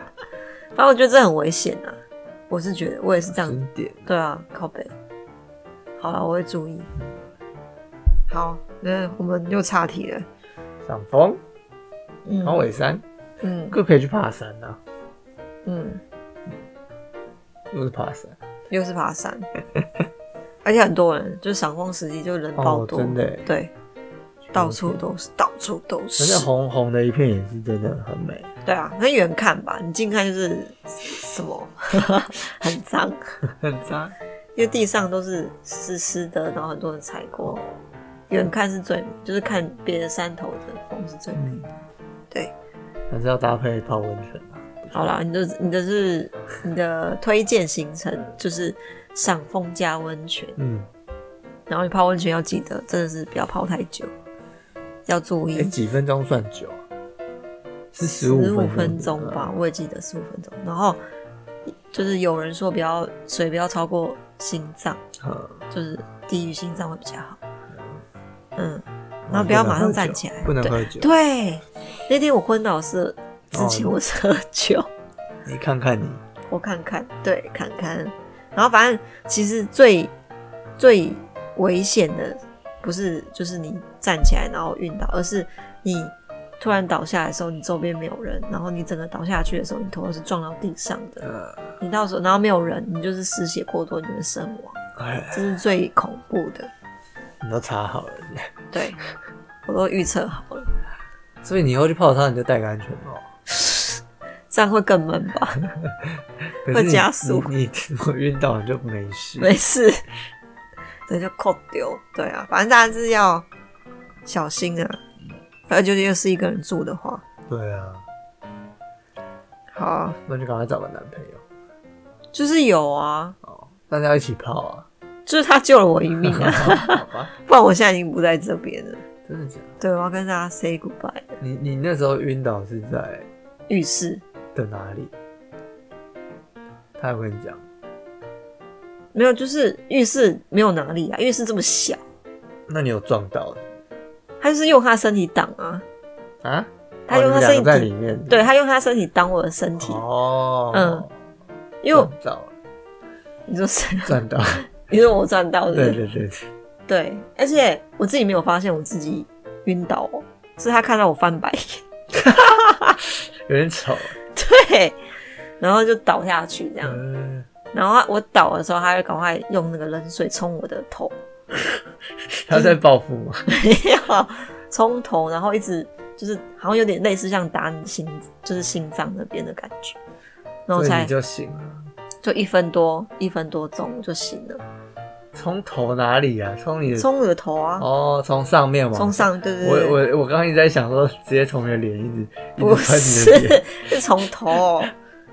反正我觉得这很危险啊！我是觉得，我也 是这样
经典。
对啊，靠背。好了，我会注意。好，那我们又岔题了。
赏枫、
嗯
黄尾山，
嗯
各可以去爬山啊，
嗯，
又是爬山
又是爬山，而且很多人，就是赏光时期就人爆
哦，
多，
真的耶，
对，到处都是，到处都
人家
是。
红红的一片也是真的很美，
对啊，那远看吧，你近看就是什么 很脏，
很脏。
因为地上都是湿湿的，然后很多人踩过。远看是最美，就是看别的山头的风是最美。
嗯，
对，
还是要搭配泡温泉啊。
好啦，你的你的是你的推荐行程就是赏枫加温泉，
嗯，
然后你泡温泉要记得真的是不要泡太久，要注
哎、
意
几分钟算久啊？是十
嗯十
五
五
分
分钟
的
吧，我也记得十五分钟。然后就是有人说不要水不要超过心脏，
嗯，
就是低于心脏会比较好。嗯，然后不要马上站起来，
不能
对
喝酒。
对，那天我昏倒是之前
哦
我是喝酒。
你看看你，
我看看，对，看看。然后反正其实最最危险的不是就是你站起来然后晕倒，而是你突然倒下来的时候，你周边没有人，然后你整个倒下去的时候，你头是撞到地上的，
呃，
你到时候然后没有人，你就是失血过 多，你会身亡，
哎，
这是最恐怖的。
你都查好了，
对，我都预测好了，
所以你以后去泡汤你就戴个安全 帽。
这样会更闷吧？
可是
会
你
加速
你你我晕倒你就没 事。
没事， 这就扣丢。对啊，反正大家就是要小心啊。而且又是一个人住的话，
对啊，
好啊、
那就赶快找个男朋友
就是有啊，
哦，大家一起泡 啊。
就是他救了我一命 啊，
好吧，
不然我现在已经不在这边了。
真的假的？
对，我要跟大家 say goodbye 了。
你你那时候晕倒是在
浴室
的哪里？他有跟你讲，
没有，就是浴室没有哪里啊，浴室这么小，
那你有撞到
他就是用他身体挡啊，
啊？
他用他
哦你们两
身
个在
体
里面，
对他用他身体挡我的身体，
哦，
嗯，因为我
赚到了，
你说谁？
赚到了，
你说我赚到的，
对对 对，
对，而且我自己没有发现我自己晕倒哦，是他看到我翻白眼，
有点丑，
对，然后就倒下去这样。
嗯，
然后我倒的时候，他就赶快用那个冷水冲我的头，
他在报复 吗？
没有冲头，然后一直就是好像有点类似像打你心，就是心脏那边的感觉。然后
所以
才
你就醒了，
就一分多一分多钟就醒了，
从头哪里啊？从你的
冲我的头啊，
哦，从上面往
冲。上，对对
我
对，
我我刚刚一直在想说，直接从你的脸一直一
不
直
是
喷你的 脸，
是从头。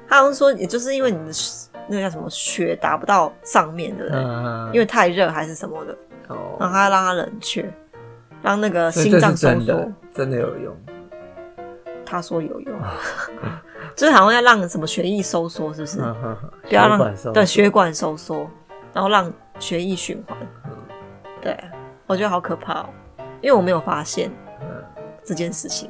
他好像说，也就是因为你的血那个叫什么血达不到上面的，
嗯，
因为太热还是什么的，然
哦，
后他让它冷却，让那个
所以
心
这
脏收
是真
缩
的。，真的有用，
他说有 用，就是好像要让什么血液收缩，是不是？
嗯哼哼
不要
血管
让
收
对
缩
血管收缩，然后让血液循环。
嗯
对，我觉得好可怕哦，因为我没有发现
嗯
这件事情。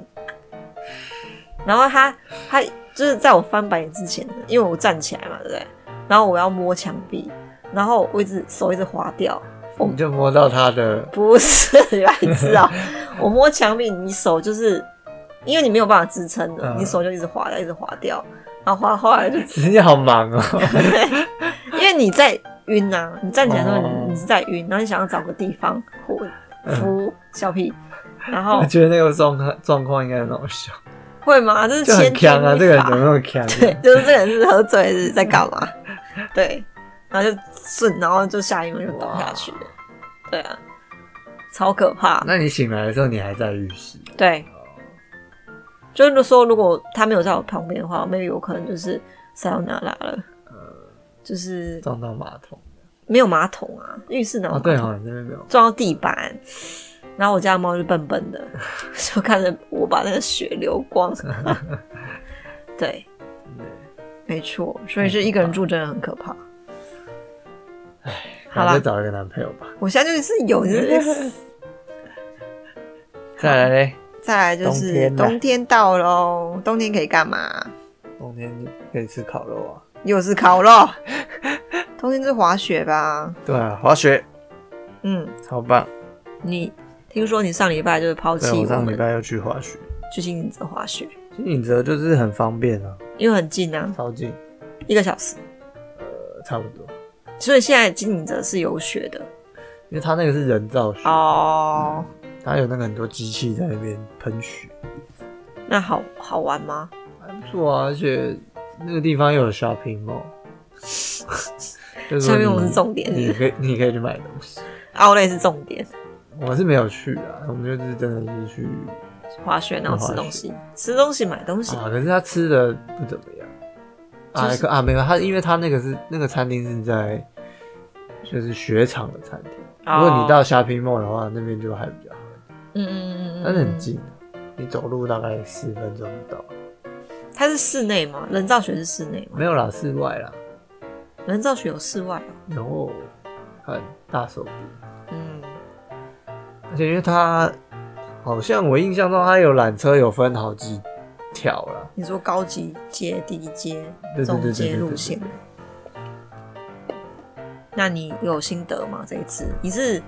然后他他就是在我翻白眼之前，因为我站起来嘛，对不对？然后我要摸墙壁，然后我一直手一直滑掉，
你就摸到他的，
不是白痴啊！我摸墙壁，你手就是因为你没有办法支撑了，
嗯
你手就一直滑掉，一直滑掉，然后滑后来就
你好忙哦，
因为你在晕啊，你站起来的时候
哦嗯
你你是在晕，然后你想要找个地方扶扶小屁，然后
我 觉得那个状况状况应该很好笑，
会吗？这是
就很
千钧
强啊，
一
这个人
发
怎么那么强啊？
对，就是这个人是喝醉是在干嘛？对，然后就顺，然后就下一轮就倒下去了。对啊，超可怕。
那你醒来的时候，你还在浴室？
对，就是说，如果他没有在我旁边的话，maybe 我可能就是塞到哪拉了，就是
撞到马桶？
没有马桶啊，浴室哪有
哦，
马
对
桶？
哦，你那边没有。
撞到地板，然后我家的猫就笨笨 的，就看着我把那个血流 光。对，没错，所以是一个人住真的很可怕。好
然
啦
后再找一个男朋友吧。
我现在就是有， 就是
再来嘞，
再来就是
冬天了
冬天到喽，冬天可以干嘛？
冬天可以吃烤肉啊。
又是烤 肉，冬天就是滑雪吧？
对啊，滑雪
嗯，
超棒。
你听说你上礼拜就是抛
对，啊
弃
我上礼
们
拜又去滑雪。
去金影子滑雪，
其实影泽就是很方便啊，
因为很近啊，
超近，
一个小时，
呃，差不多。
所以现在金影泽是有雪的
因为它那个是人造雪，
哦。
它有那个很多机器在那边喷雪，
那好好玩吗？
还不错啊。而且那个地方又有 shopping mall，就是说
shopping mall
你
是重点
你可以你可以去买东西。
奥莱是重点，
我是没有去啊，我们就是真的是去
滑雪然后吃东西，吃东西买东西，
啊，可是他吃的不怎么样。啊
就是
可啊，没有他，因为他那个是那个餐厅是在就是雪场的餐厅。
哦
啊如果你到 shopping mall 的话，那边就还比较好，
嗯嗯嗯嗯，
但是很近，你走路大概十分钟就到。
嗯。它是室内吗？人造雪是室内吗？
没有啦，室外啦，
人造雪有室外哦。
然后很大手笔，
嗯，
而且因为他好像我印象中他有缆车有分好几条啦，
你说高级街、低阶、
对对对
中
对
阶
对对
路
对
线。那你有心得吗？这一次你是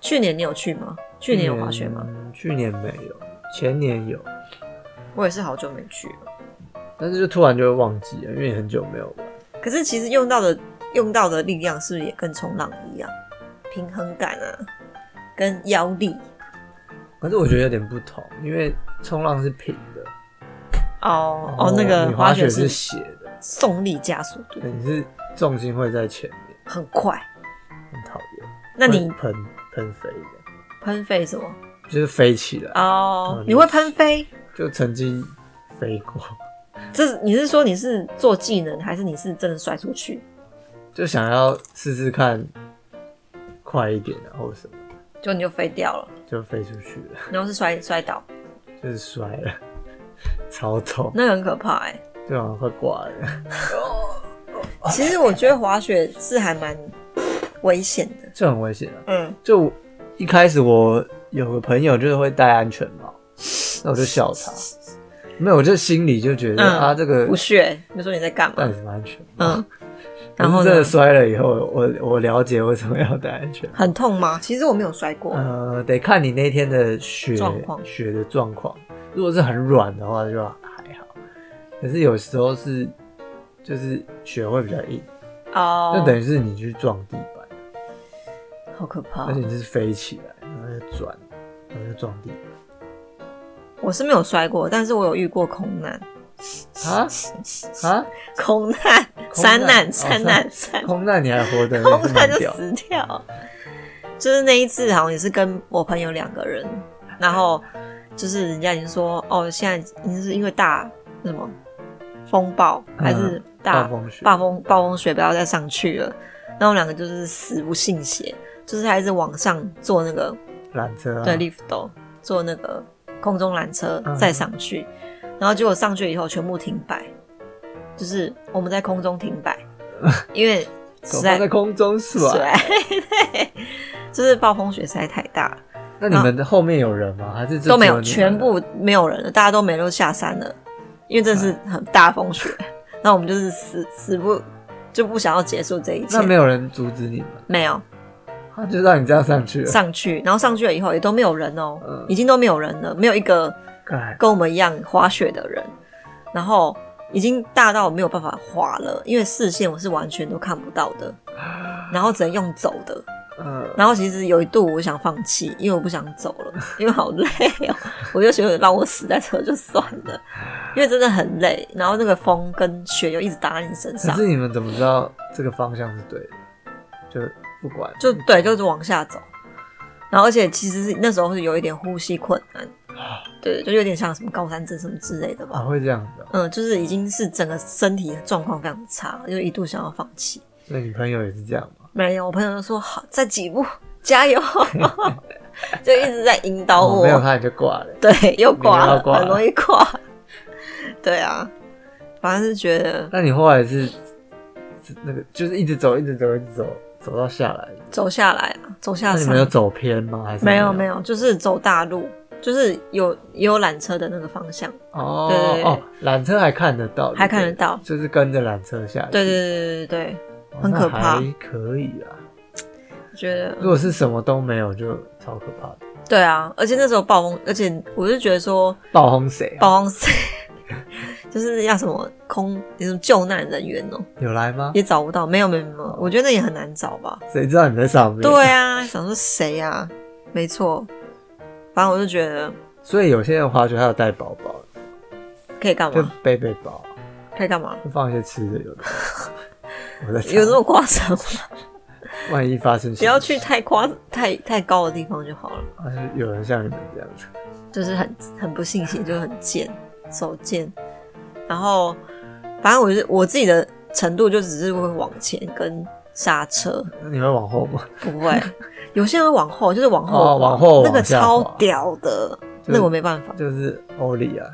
去年你有去吗？去年有滑雪吗？
嗯？去年没有，前年有，
我也是好久没去了。
但是就突然就会忘记了，因为很久没有玩。
可是其实用到的用到的力量是不是也跟冲浪一样，平衡感啊，跟腰力
可是我觉得有点不同，因为冲浪是平的，
哦
然后
哦，那个
你滑
雪
是
是
斜的，
重力加速度
你是重心会在前面，
很快。
很讨厌。
那你
会喷喷飞的，
喷飞什么？
就是飞起来，
哦
嗯，
你会喷飞？
就曾经飞过，
这是你是说你是做技能，还是你是真的摔出去？
就想要试试看快一点啊，然后什么
就你就飞掉了，
就飞出去了，
然后是摔摔倒，
就是摔了， 超痛，
那很可怕哎、
就好像快挂了，
其实我觉得滑雪是还蛮危险的。
就很危险啊。
嗯，
就我一开始我有个朋友就是会戴安全帽，那我就 笑他，没有，我就心里就觉得、
嗯
啊，这个
不屑，你说你在干
戴
嘛？
什么安全帽？
嗯，
可
然后
是
呢
真的摔了以后，我我了解为什么要戴安全帽。
很痛吗？其实我没有摔过，
呃，得看你那天的雪
状况
雪的状况。如果是很软的话，就还好。可是有时候是就是雪会比较硬，
哦，
就等于是你去撞地板，
好可怕
而。且你是飞起来，然后就转，然后就撞地板。
我是没有摔过，但是我有遇过空难，
啊啊！
空难，山难，山难， 山
空难你还活着，
空
也是
难
蛮
就
屌。
死掉。就是那一次，好像也是跟我朋友两个人，然后就是人家已经说，哦，现在已经是因为大什么风暴还是大、
嗯暴风雪
暴风暴风雪不要再上去了。然后我们两个就是死不信邪，就是还是往上坐那个
缆车、啊、
对 lift 坐那个空中缆车
嗯
再上去，然后结果上去以后全部停摆，就是我们在空中停 摆，因为实
狗
在
放在空中甩。
对，就是暴风雪实在太大了，
那你们的后面有人吗？还是就
都没
只
有，
你们
全部没有人了，大家都没都下山了，因为真的是很大风雪， 那我们就是死死不就不想要结束这一切，
那没有人阻止你们，
没有
他就让你这样上去啊了。
上去，然后上去了以后也都没有人哦、
嗯
已经都没有人了，没有一个
干
跟我们一样滑雪的人，然后已经大到没有办法滑了，因为视线我是完全都看不到的，然后只能用走的。
呃，
然后其实有一度我想放弃，因为我不想走 了，因为好累哦、我就觉得让我死在这就算了，因为真的很累。然后那个风跟雪又一直打在你身
可
上，
是你们怎么知道这个方向是对的？就不管
就对，就是往下走。然后而且其实是那时候是有一点呼吸困难，对，就有点像什么高山症什么之类的吧。
啊，会这样子、啊，
嗯，就是已经是整个身体的状况非常差，就一度想要放弃。
所以你朋友也是这样吗？
没有，我朋友就说好，再几步，加 油， 就一直在引导哦我。
哦没有他你就挂了。
对，又挂
你又要
了，
挂了
很容易挂。 对啊，反正是觉得
那你后来是是那个就是一直走，一直走，一直走，走到下来。
走下来啊，走下
那你
山
们有走偏吗？还是
没有
没
没有，就是走大路，就是有也有缆车的那个方向，
哦
对对对
哦，缆车还看得到，
还看得
对不对，
到。
就是跟着缆车下去。
对对对对对
哦，
很可怕
那还可以啊，
对，觉得
如果是什么都没有，就超可怕的。
对啊，而且那时候暴风，而且我就觉得说
暴轰谁、啊？
暴风谁， 就是要什么空，那种救难人员哦、
有来吗？
也找不到，没有没有没有，我觉得那也很难找吧。
谁知道你在上面？
对啊，想说谁呀、啊？没错，反正我就觉得
所以有些人滑雪还有带包包，
可以干
就
嘛？
背背包，
可以干嘛？
就放一些吃 的有的。我在
有这
种
么夸张吗？
万一发生什么事，
不要去太夸太太高的地方就好了。
啊，就有人像你们这样子，
就是很很不信邪，就很贱，手贱。然后，反正我就是我自己的程度就只是会往前跟刹车，
那你会往后吗？
不 会。有些人会往后，就是往后滑、
哦往后
那个
往下
超
滑
屌的，
就是
那个我没办法。
就是欧里啊，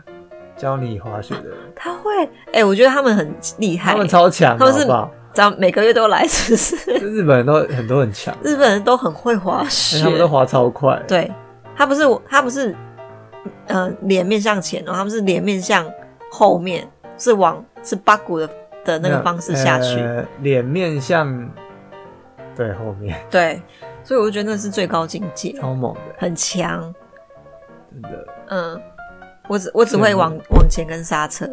教你滑雪的人，
他会，哎、我觉得他们很厉害，
他们超强，
他
好
们是
不好？
咱们每个月都来，是不是？
就日本人都很多很强，
日本人都很会滑
而且
雪
哎他，们都滑超快，
对他不是他不是呃脸面向前哦，他们是脸面向后面，是往是八股的的那个方式下去。
呃脸面向对后面，
对，所以我就觉得那是最高境界，
超猛的，
很强。
真的。
嗯，我只我只会往往前跟刹车，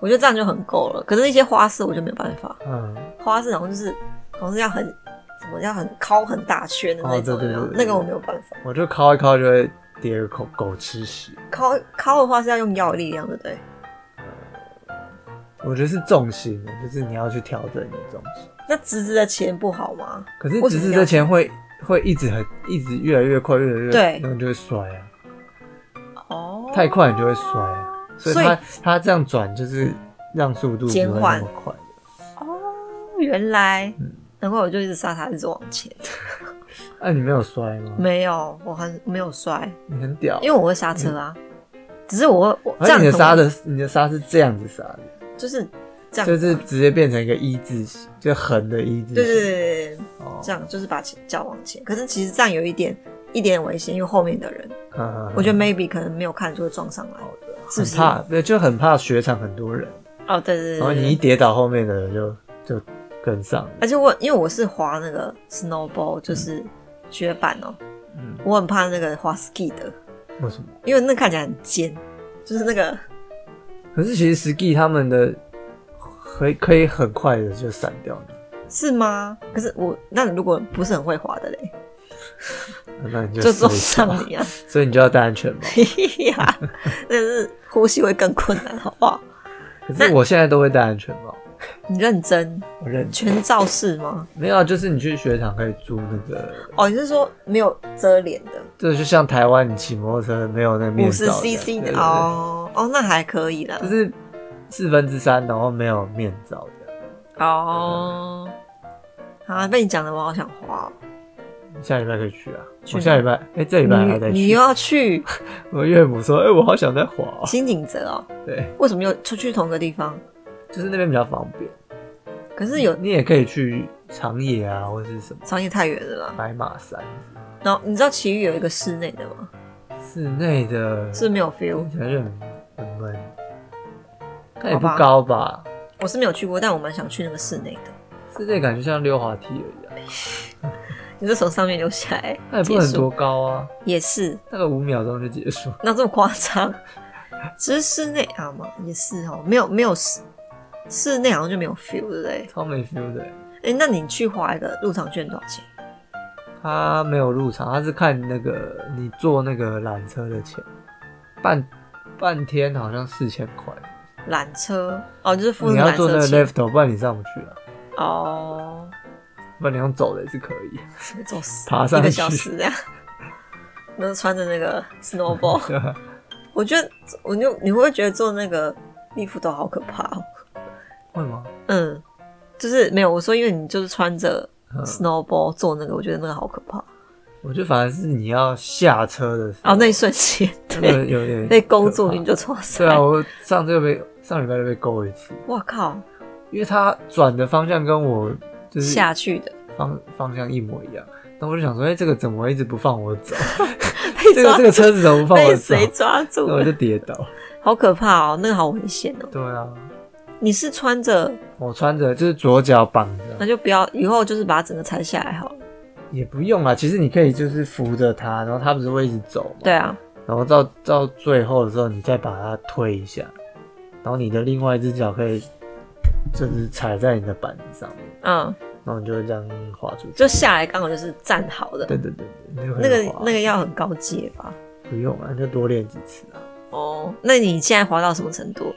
我觉得这样就很够了。可是，一些花式我就没有办法，
嗯，
花式好像就是好像是要很什么要很敲很大圈的那种，
哦对对对
有没有
对
那个我没有办法。
我就敲一敲就会跌个狗狗吃屎，
敲敲的话是要用腰的力量，对不对？
我觉得是重心，啊就是你要去调整你的重心。
那直直的前不好吗？
可是
为什
直
么要
视之前会会一直很一直越来越快，越来越
对
然后你就会摔啊，
哦，
太快你就会摔啊。所以
所以
他他这样转就是让速度不会
减
那
缓
么快。
原来
嗯，
难怪我就一直刹他，一直往前。
那、啊你没有摔吗？
没有，我很没有摔，
你很屌，
因为我会刹车啊。只是我会我这
而且
样
嗯你的
可能
刹的你的刹是这样子刹的，
就是这样，
就是直接变成一个一字形，就横的一字形。
对对对对对，
哦
这样就是把前脚往前。可是其实这样有一点一点危险，因为后面的人，
嗯
我觉得 maybe 可能没有看就会撞上来，是不
很
是？
怕，对，就很怕雪场很多人，
哦，对对对
然后
对
你一
对。
跌倒，后面的人就就跟上了。
而且我因为我是滑那个 snowball，就是雪板哦，
嗯，
我很怕那个滑 ski 的，
为什么？
因为那看起来很尖，就是那个
可是其实 ski 他们的可以可以很快的就散掉你，
是吗？可是我那如果不是很会滑的嘞，
那你就
就
受
撞
伤
上你 啊！
所以你就要戴 安全帽。
嘿呀，那是呼吸会更困难，好不好？
可是我现在都会戴安全帽，
你认真
我认全
全罩式吗？
没有啊，就是你去雪场可以租那个，
哦，你是说没有遮脸的
这就像台湾你骑摩托车没有那个面
五
罩
十
一样
CC
对对
的
对
哦哦，那还可以啦
就。是四分之三，然后没有面罩这样。嗯
哦，啊，被你讲的我好想滑哦、
下礼拜可以去啊，
去
我
哪
下礼拜哎、这礼拜还在
你你
去
又。要 去
我岳母说，哎、我好想再滑哦、
新景泽哦？
对，
为什么又出去同个地方？
就是那边比较方便。
可是有
你也可以去长野啊，或者是什么
商业太远了啦。
白马山
然后你知道奇遇有一个室内的吗？
室内的，
是没有 feel，
听起来就很很闷，但也
好
不
吧
高吧？
我是没有去过，但我蛮想去那个室内的。
室内感觉像溜滑梯而已啊，
你是从上面留下来
那也不
结
能
束？
多高啊，
也是，
大概五秒钟就结束。
那这么夸张？ 只是室内啊嘛，也是哦，没有没有室室内好像就没有 feel，对不对？
超没 feel 的欸，
哎、那你去划一个入场券多少钱？
他没有入场，他是看那个你坐那个缆车的钱，半半天好像四千块，
缆车哦，就是付
你
那
要
个缆
坐那
车
个
钱
left，不然你上不去啊。
哦。
不然你用走的也是可以。
走死，
爬上
一
去
个小时这样，然后穿着那个 snowball，
对吧
我觉得我就你会不会觉得做那个衣服都好可怕、哦？
会吗？
嗯，就是没有我说，因为你就是穿着
嗯哦
snowball 做那个，我觉得那个好可怕。
我觉得反而是你要下车的时候，
哦，那一瞬间，
那
对，
个有 点
被勾住
可怕
你就错死。
对啊，我上这个被上礼拜就被勾一次，
哇靠，
因为他转的方向跟我就是
下去的，
方方向一模一样，但我就想说，哎、这个怎么一直不放我 走？
被
这个
抓
这个车子怎么不 放我
被
走？
谁抓住
那我
了？
就跌倒。
好可怕哦，那个好危险哦。
对啊，
你是穿着，
我穿着就是左脚绑
那
着，
就不要，以后就是把它整个拆下来好了。
也不用啊。其实你可以就是扶着它，然后它不是会一直走嘛？
对。啊，
然后到到最后的时候，你再把它推一下，然后你的另外一只脚可以就是踩在你的板子上面，
嗯，
然后你就会这样滑出去。
就下来刚好就是站好的，
对对对对，你就可以
那个
滑
那个要很高阶吧？
不用啊，你就多练几次啊。
哦，那你现在滑到什么程度？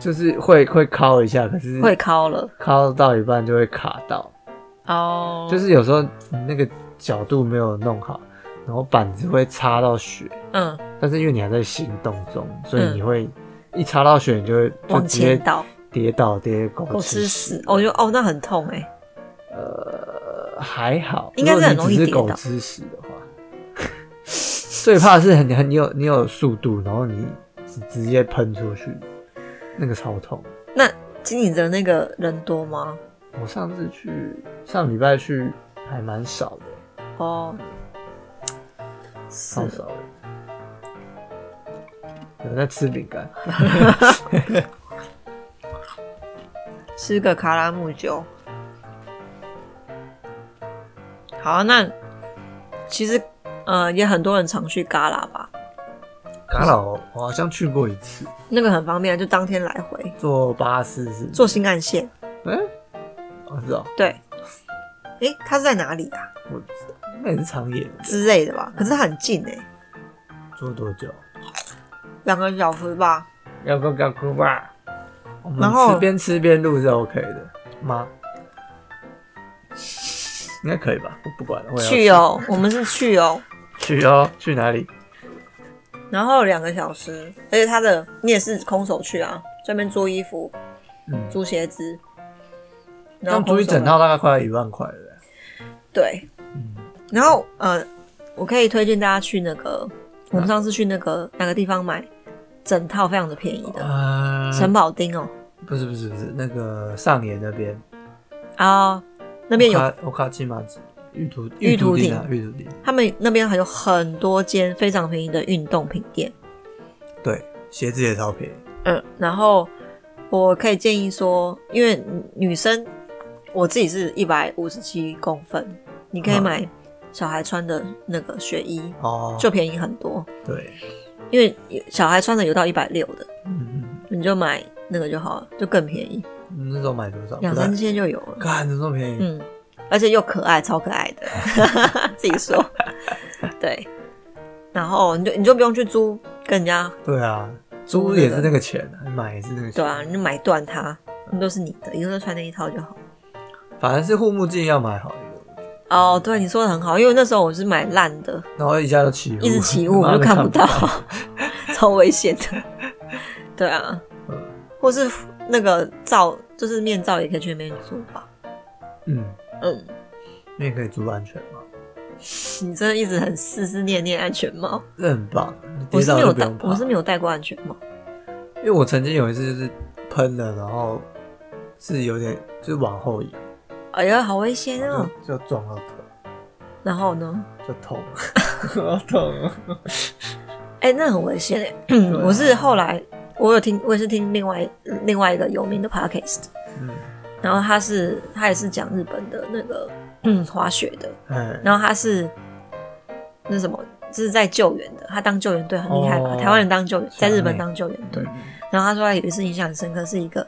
就是会会敲一下，可是
会靠了
敲到一半就会卡到，
哦，
就是有时候你那个角度没有弄好，然后板子会插到雪，
嗯，
但是因为你还在行动中，所以
嗯
你会一插到雪，你就会就
往
直接
前倒，
跌倒跌狗
狗吃
屎
屎，，我就哦，那很痛哎、
呃还好，
应该是很容易
如果你
跌倒
只是狗吃屎的话， 最怕的是很很你有你有速度，然后你直直接喷出去，那个超痛。
那经理的那个人多吗？
我上次去上礼拜去还蛮少的，
哦，是
超少的。有在吃饼干，
吃个卡拉木酒。好啊，那其实呃也很多人常去旮旯吧，
卡拉我我好像去过一次，
那个很方便，就当天来回
坐巴士是不是
坐新干线。
哎、哦我知道，
对，诶、它是在哪里啊？
我知道，应该也是长野的，
之类的吧？可是它很近哎、
坐多久？
两个小时吧。
要不要哭吧？我们
然后
吃边吃边录是 OK 的吗？应该可以吧？我不管了，我也要
去哦，我们是去哦，
去哦，去哪里？
然后两个小时，而且他的你也是空手去啊，专门租衣服、
嗯，
租鞋子，然后
刚租一
空手
整套大概快要一万块了，
对，
嗯
然后呃，我可以推荐大家去那个，我们
嗯
上次去那个哪个地方买整套，非常的便宜的
呃，
城堡町哦，
不是不是不是，那个上野那边
啊，那边有
我卡基马子玉图
玉图
町
町
啊，玉图町，
他们那边还有很多间非常便宜的运动品店，
对，鞋子也超便宜，
嗯，然后我可以建议说，因为女生我自己是一百五十七公分，你可以
嗯
买小孩穿的那个雪衣，
哦，
就便宜很多。
对，
因为小孩穿的有到一百六的，
嗯，
你就买那个就好了，就更便宜，
嗯那时候买多少？
两
不
三
太，
千就有了。
看这么便宜，
嗯，而且又可爱，超可爱的， 自己 说。对，然后你就你就不用去租跟人家，
对啊，
租
租
那
也
个
是那个钱啊，买也是那个
对
钱，
啊，你就买断它，那都是你的，以后就穿那一套就好。
反正是护目镜要买好一个，我觉得
哦，对，你说的很好，因为那时候我是买烂 的，
然后一下就起雾，
一直起 雾
妈
我
的
就看
不
不到， 超危险的。对啊
嗯，
或是那个罩，就是面罩也可以去那边租吧。
嗯，
嗯，
那也可以租安全帽，
你真的一直很思思念念安全帽，
这很棒， 你
我
跌
是
倒
没
就
有
不
戴
用，怕
我。是没有戴过安全帽。
因为我曾经有一次就是喷了，然后是有点就是往后仰，
哎呀，好危险
然后
哦！
就就撞到头。
然后呢？
就痛，好痛啊！
哎、那很危险哎、我是后来，我有听，我也是听另外另外一个有名的 podcast，
嗯，
然后他是他也是讲日本的那个嗯滑雪的，
哎，
然后他是那什么，就是在救援的，他当救援队很厉害吧？
哦
台湾人当救援，在日本
想
当救援队
对。，
然后他说他有一次印象很深刻，是一个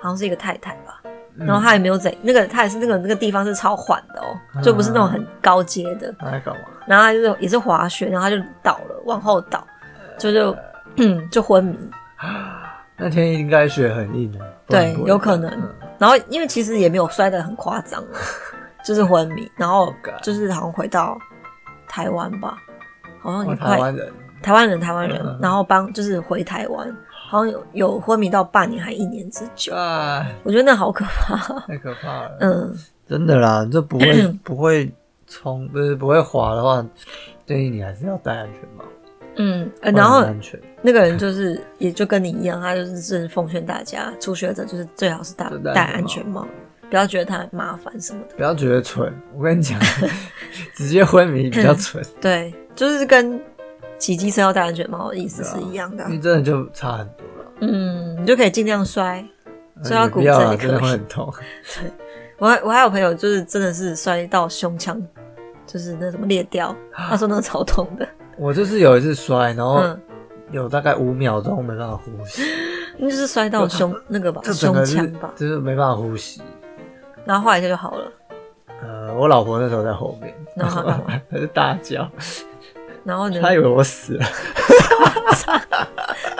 好像是一个太太吧，
嗯
然后他也没有怎那个，他也是那个那个地方是超缓的哦，就不是那种很高阶的。
他在干嘛？
然后他就是也是滑雪，然后他就倒了，往后倒，就就嗯就昏迷。
那天应该雪很硬啊，不然
对
不，会
有可
这样
能
嗯
然后因为其实也没有摔得很夸张，啊就是昏迷，然后
God
就是好像回到台湾吧，好像
我
也
哦台
快
湾人
台湾人台湾人
嗯，
然后帮就是回台湾，好像有有昏迷到半年还一年之久，
啊，
我觉得那好可怕。
太可怕了。
嗯，
真的 啦，这不会不会冲，不是不会滑的话，建议你还是要戴安全帽，
嗯，呃然
不
后
很安全，
那个人就是也就跟你一样，他就是真的奉劝大家，初学者就是最好是戴
就戴
戴
安
安全
全
帽，不要觉得它很麻烦什么的。
不要觉得蠢。我跟你讲， 直接昏迷比较 蠢，
对，就是跟骑机车要戴安全帽的意思
对啊
是一样的啊
因。为真的就差很多了。呃
嗯，你就可以尽量摔。所以要
也
骨
不要
折
啦
也
真的
可
会
以。
很痛。
我还我还有朋友就是真的是摔到胸腔，就是那什么裂掉，
啊
他说那个超痛的。
我就是有一次摔，然后
嗯，
有大概五秒钟没办法呼吸，
那就是摔到胸那个吧，
这整
胸
个是
腔吧，
就是没办法呼吸。
然后后来一下就好了。
呃，我老婆那时候在后面，
然后嗯她干 嘛
她就大叫，
然后呢？
她以为我死了。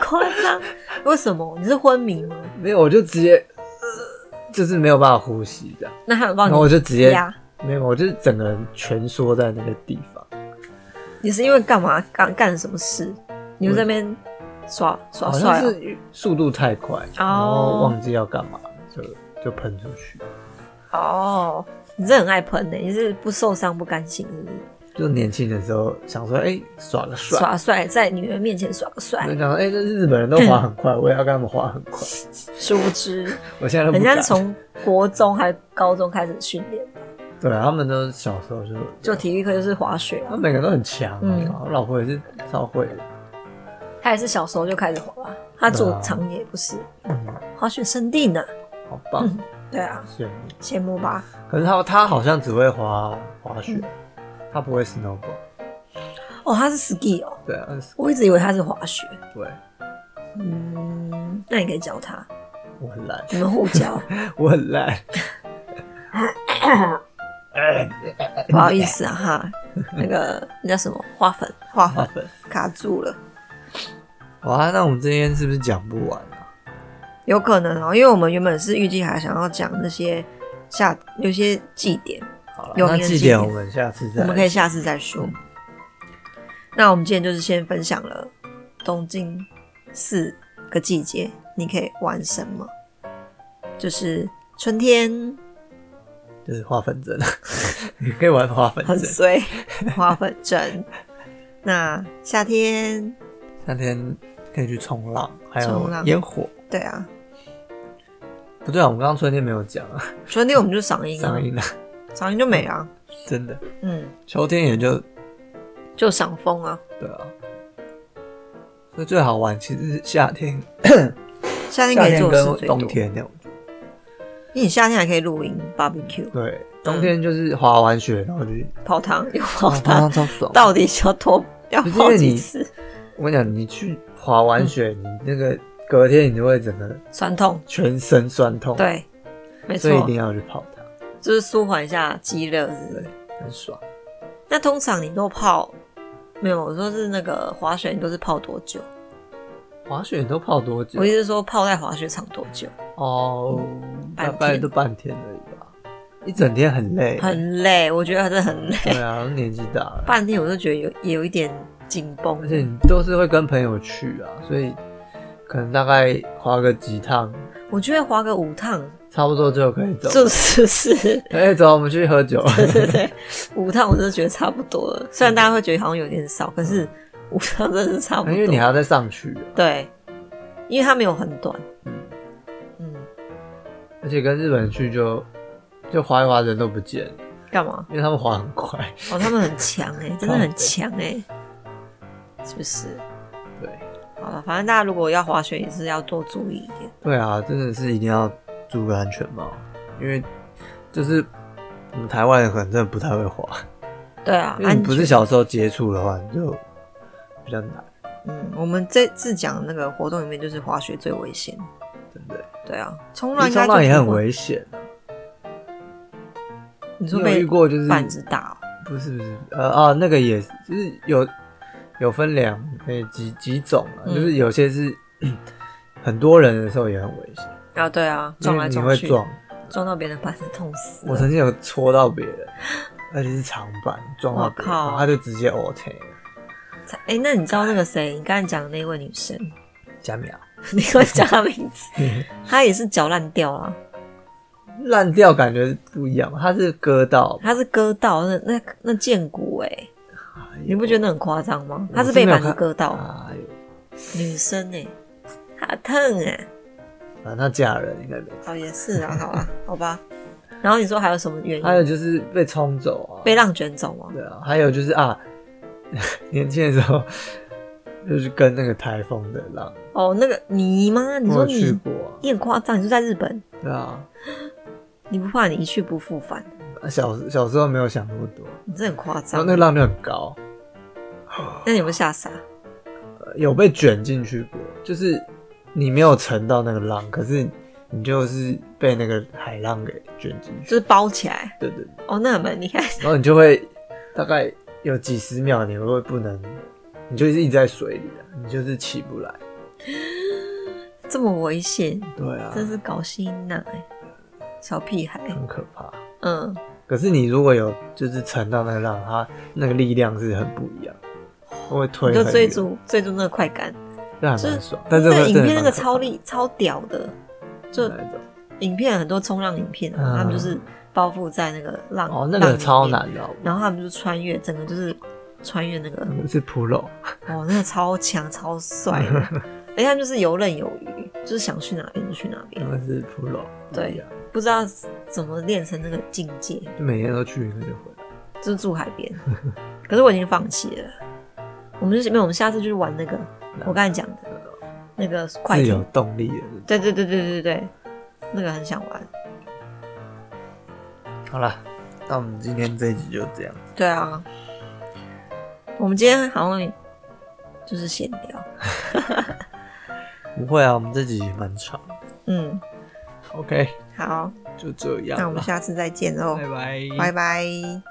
夸张？为什么？你是昏迷吗？
没有，我就直接，呃就是没有办法呼吸这样。
那他有帮
然后我
哦你
就直接
压？
没有，我就是整个人蜷缩在那个地方。
你是因为干嘛干干了什么事？你就
我
在那边耍耍
好
帅哦
像
啊？
是速度太快，然后忘记要干嘛，就就喷出去。
哦，你这很爱喷的、你是不受伤不甘心是不是
就年轻的时候想说，哎、耍个帅。
耍帅，在女人面前耍个帅
我，就想说，哎、这日本人都滑很快，我也要跟他们滑很 快。
殊不 知
我现在都
人
不
家
敢
是。从国中还高中开始训练，
对啊他们都小时候就，
就体育课就是滑雪啊
他们，每个人都很强、啊。
嗯
我老婆也是超会的。
他也是小时候就开始滑啊，他住
对啊
长野不是
嗯，
滑雪圣地呢？
好棒，
对啊，
羡慕。
羡慕吧？
可是他他好像只会滑滑
嗯
雪，他不会 snowboard。
哦，他是 ski 哦，
对啊，
我一直以为他是滑雪。
对，
嗯，那你可以教他，
我很懒。
你们互 教。
我很烂。哎
不好意思啊哈，那 个那叫什么花粉，花粉
粉。
卡住了，
哇，啊那我们今天是不是讲不完啊？
有可能哦、因为我们原本是预计还想要讲那些下有些祭典，
好了，
有
那
你的
祭
经验
典我们下次再。
我们可以下次再说。那我们今天就是先分享了东京四个季节，你可以玩什么？就是春天
就是花粉针，啊 你可以玩花粉
很
针。
衰，花粉症。那夏天，
夏天可以去冲浪，还有
冲浪
烟火。
对啊，
不对啊，我们刚刚春天没有讲啊，
春天我们就赏樱啊
上，瘾啊，
赏樱就没啊，
真的。
嗯，
秋天也就
就赏枫啊。
对啊，所以最好玩其实是夏天，
夏天
夏
可以
天
做的事
跟
最多，
冬天那种。
因为你夏天还可以露营、barbecue、
对，冬天就是滑完雪，然后就
泡 汤、又泡
哇泡
汤
汤，超爽。
到底要多要
哦不是
泡
因为
几
你
次？
我跟你讲，你去滑完雪，
嗯
你那个隔天你就会整个
酸痛，
全身酸痛，，
对，没错
哦所，以一定要去泡它，
就是舒缓一下肌热，是不是？
很爽。
那通常你都泡没有？我说是那个滑雪，你都是泡多久？
滑雪你都泡多久
我意？思是说泡在滑雪场多久？
哦，大
半
概
天嗯
都半天而已吧，一整天很累，
很累，我觉得还是很累。
对啊，年纪大了，
半天我都觉得有也有一点紧绷，
而且你都是会跟朋友去啊，所以可能大概滑个几趟，
我觉得滑个五趟，
差不多就可以走。
就是 是
哎、走，我们去 喝酒。
对对， 五趟我真的觉得差不多了。虽然大家会觉得好像有点少，可是五趟真的是差不多。
嗯因为你还要再上去啊，
对，因为它没有很短。
嗯
嗯，
而且跟日本人去就就滑一滑人都不见了，
干嘛？
因为他们滑很快。
哦，他们很强哎、真的很强哎、是不是？
对，
好了，反正大家如果要滑雪，也是要多注意一点。
对啊，真的是一定要租个安全帽，因为就是我们台湾人可能真的不太会滑，
对啊，
因为
安
你不是
全。
小时候接触的话，你就比较难，
嗯，我们这次讲的那个活动里面，就是滑雪最危险。
对不对？
对啊，冲
因
浪
为
应该
冲
就
浪也很
不会。
危险啊，
你
你
说
有
被
遇过就是
板子打、哦，
不是不是呃啊那个也是就是有有分两诶、几几种啊，
嗯
就是有些是很多人的时候也很危险，
啊，对啊，
因
撞
为
来
你
撞
会
去，
撞，
撞到别人把人痛死
我
了。
曾经有戳到别人，而且是长板撞到别人，
我靠
然后他就直接哦 OK 了，
哎、那你知道那个谁？你刚才讲的那位女生，
加秒
你给我讲她名字，她也是脚烂掉啊了，
烂掉感觉不一样，他是割到，
她是割到那那那剑骨哎、你不觉得那很夸张吗？她是
我是
被
没有
板子
看
割到，
哎呦，
女生哎、她疼哎、
反正他啊嫁人应该没差。
哦也是啊，好啊，好吧。然后你说还有什么原
还
因？
有就是被冲走啊，
被浪卷走吗？
对啊，还有就是啊， 年轻的时候就是跟那个台风的浪，
哦，那个你吗？你
我有
说
去
你，
过、啊，
你很夸张，你就在日本，
对啊，
你不怕你一去不复返？
小小时候没有想那么多，
你这很夸
然后
张。
那个浪就很高，
那你有没有吓傻？
呃有被卷进去过，就是你没有沉到那个浪，可是你就是被那个海浪给卷进
就
去，
是包起来
对对对，
哦，那很蛮厉害。
然后你就会大概有几十秒你会不能，你就是一直在水里啊，你就是起不来，
这么危险，
对啊，
真是搞心呐、欸，小屁孩。
很可怕。
嗯，
可是你如果有就是沉到那个浪，它那个力量是很不一样，会推
嗯你
很
就追，
远
逐追逐那个快感，
那还
就是
蛮爽。但
那
这
个影
真的
片那
蛮
个
可
超厉超屌的，
怕
就
的那种
影片很多冲浪影片、啊，
嗯
他们就是包覆在那个浪
哦，那
浪
个
里
超
面
难的，哦好不
然后他们就穿越，整个就是穿越那个，
好是 pro，
哦，那个超强超帅 的，而且他们就是游刃有余，就是想去哪边就去哪边
那，个是 pro，
对
不一样
不知道怎么练成那个境界，
就每天都去，那就回来。
就是住海边。可是我已经放弃了，我们就是没有，我们下次就是玩那个我刚才讲的那个快
是有
艇，
动力的。
对对对对对对，那个很想玩。
好了，那我们今天这一集就这样，
对啊，我们今天好像就是闲聊，
不会啊，我们这集也蛮长。
嗯，
OK，
好，
就这样
那我们
了，
下次再见喽，哦
拜拜，
拜拜。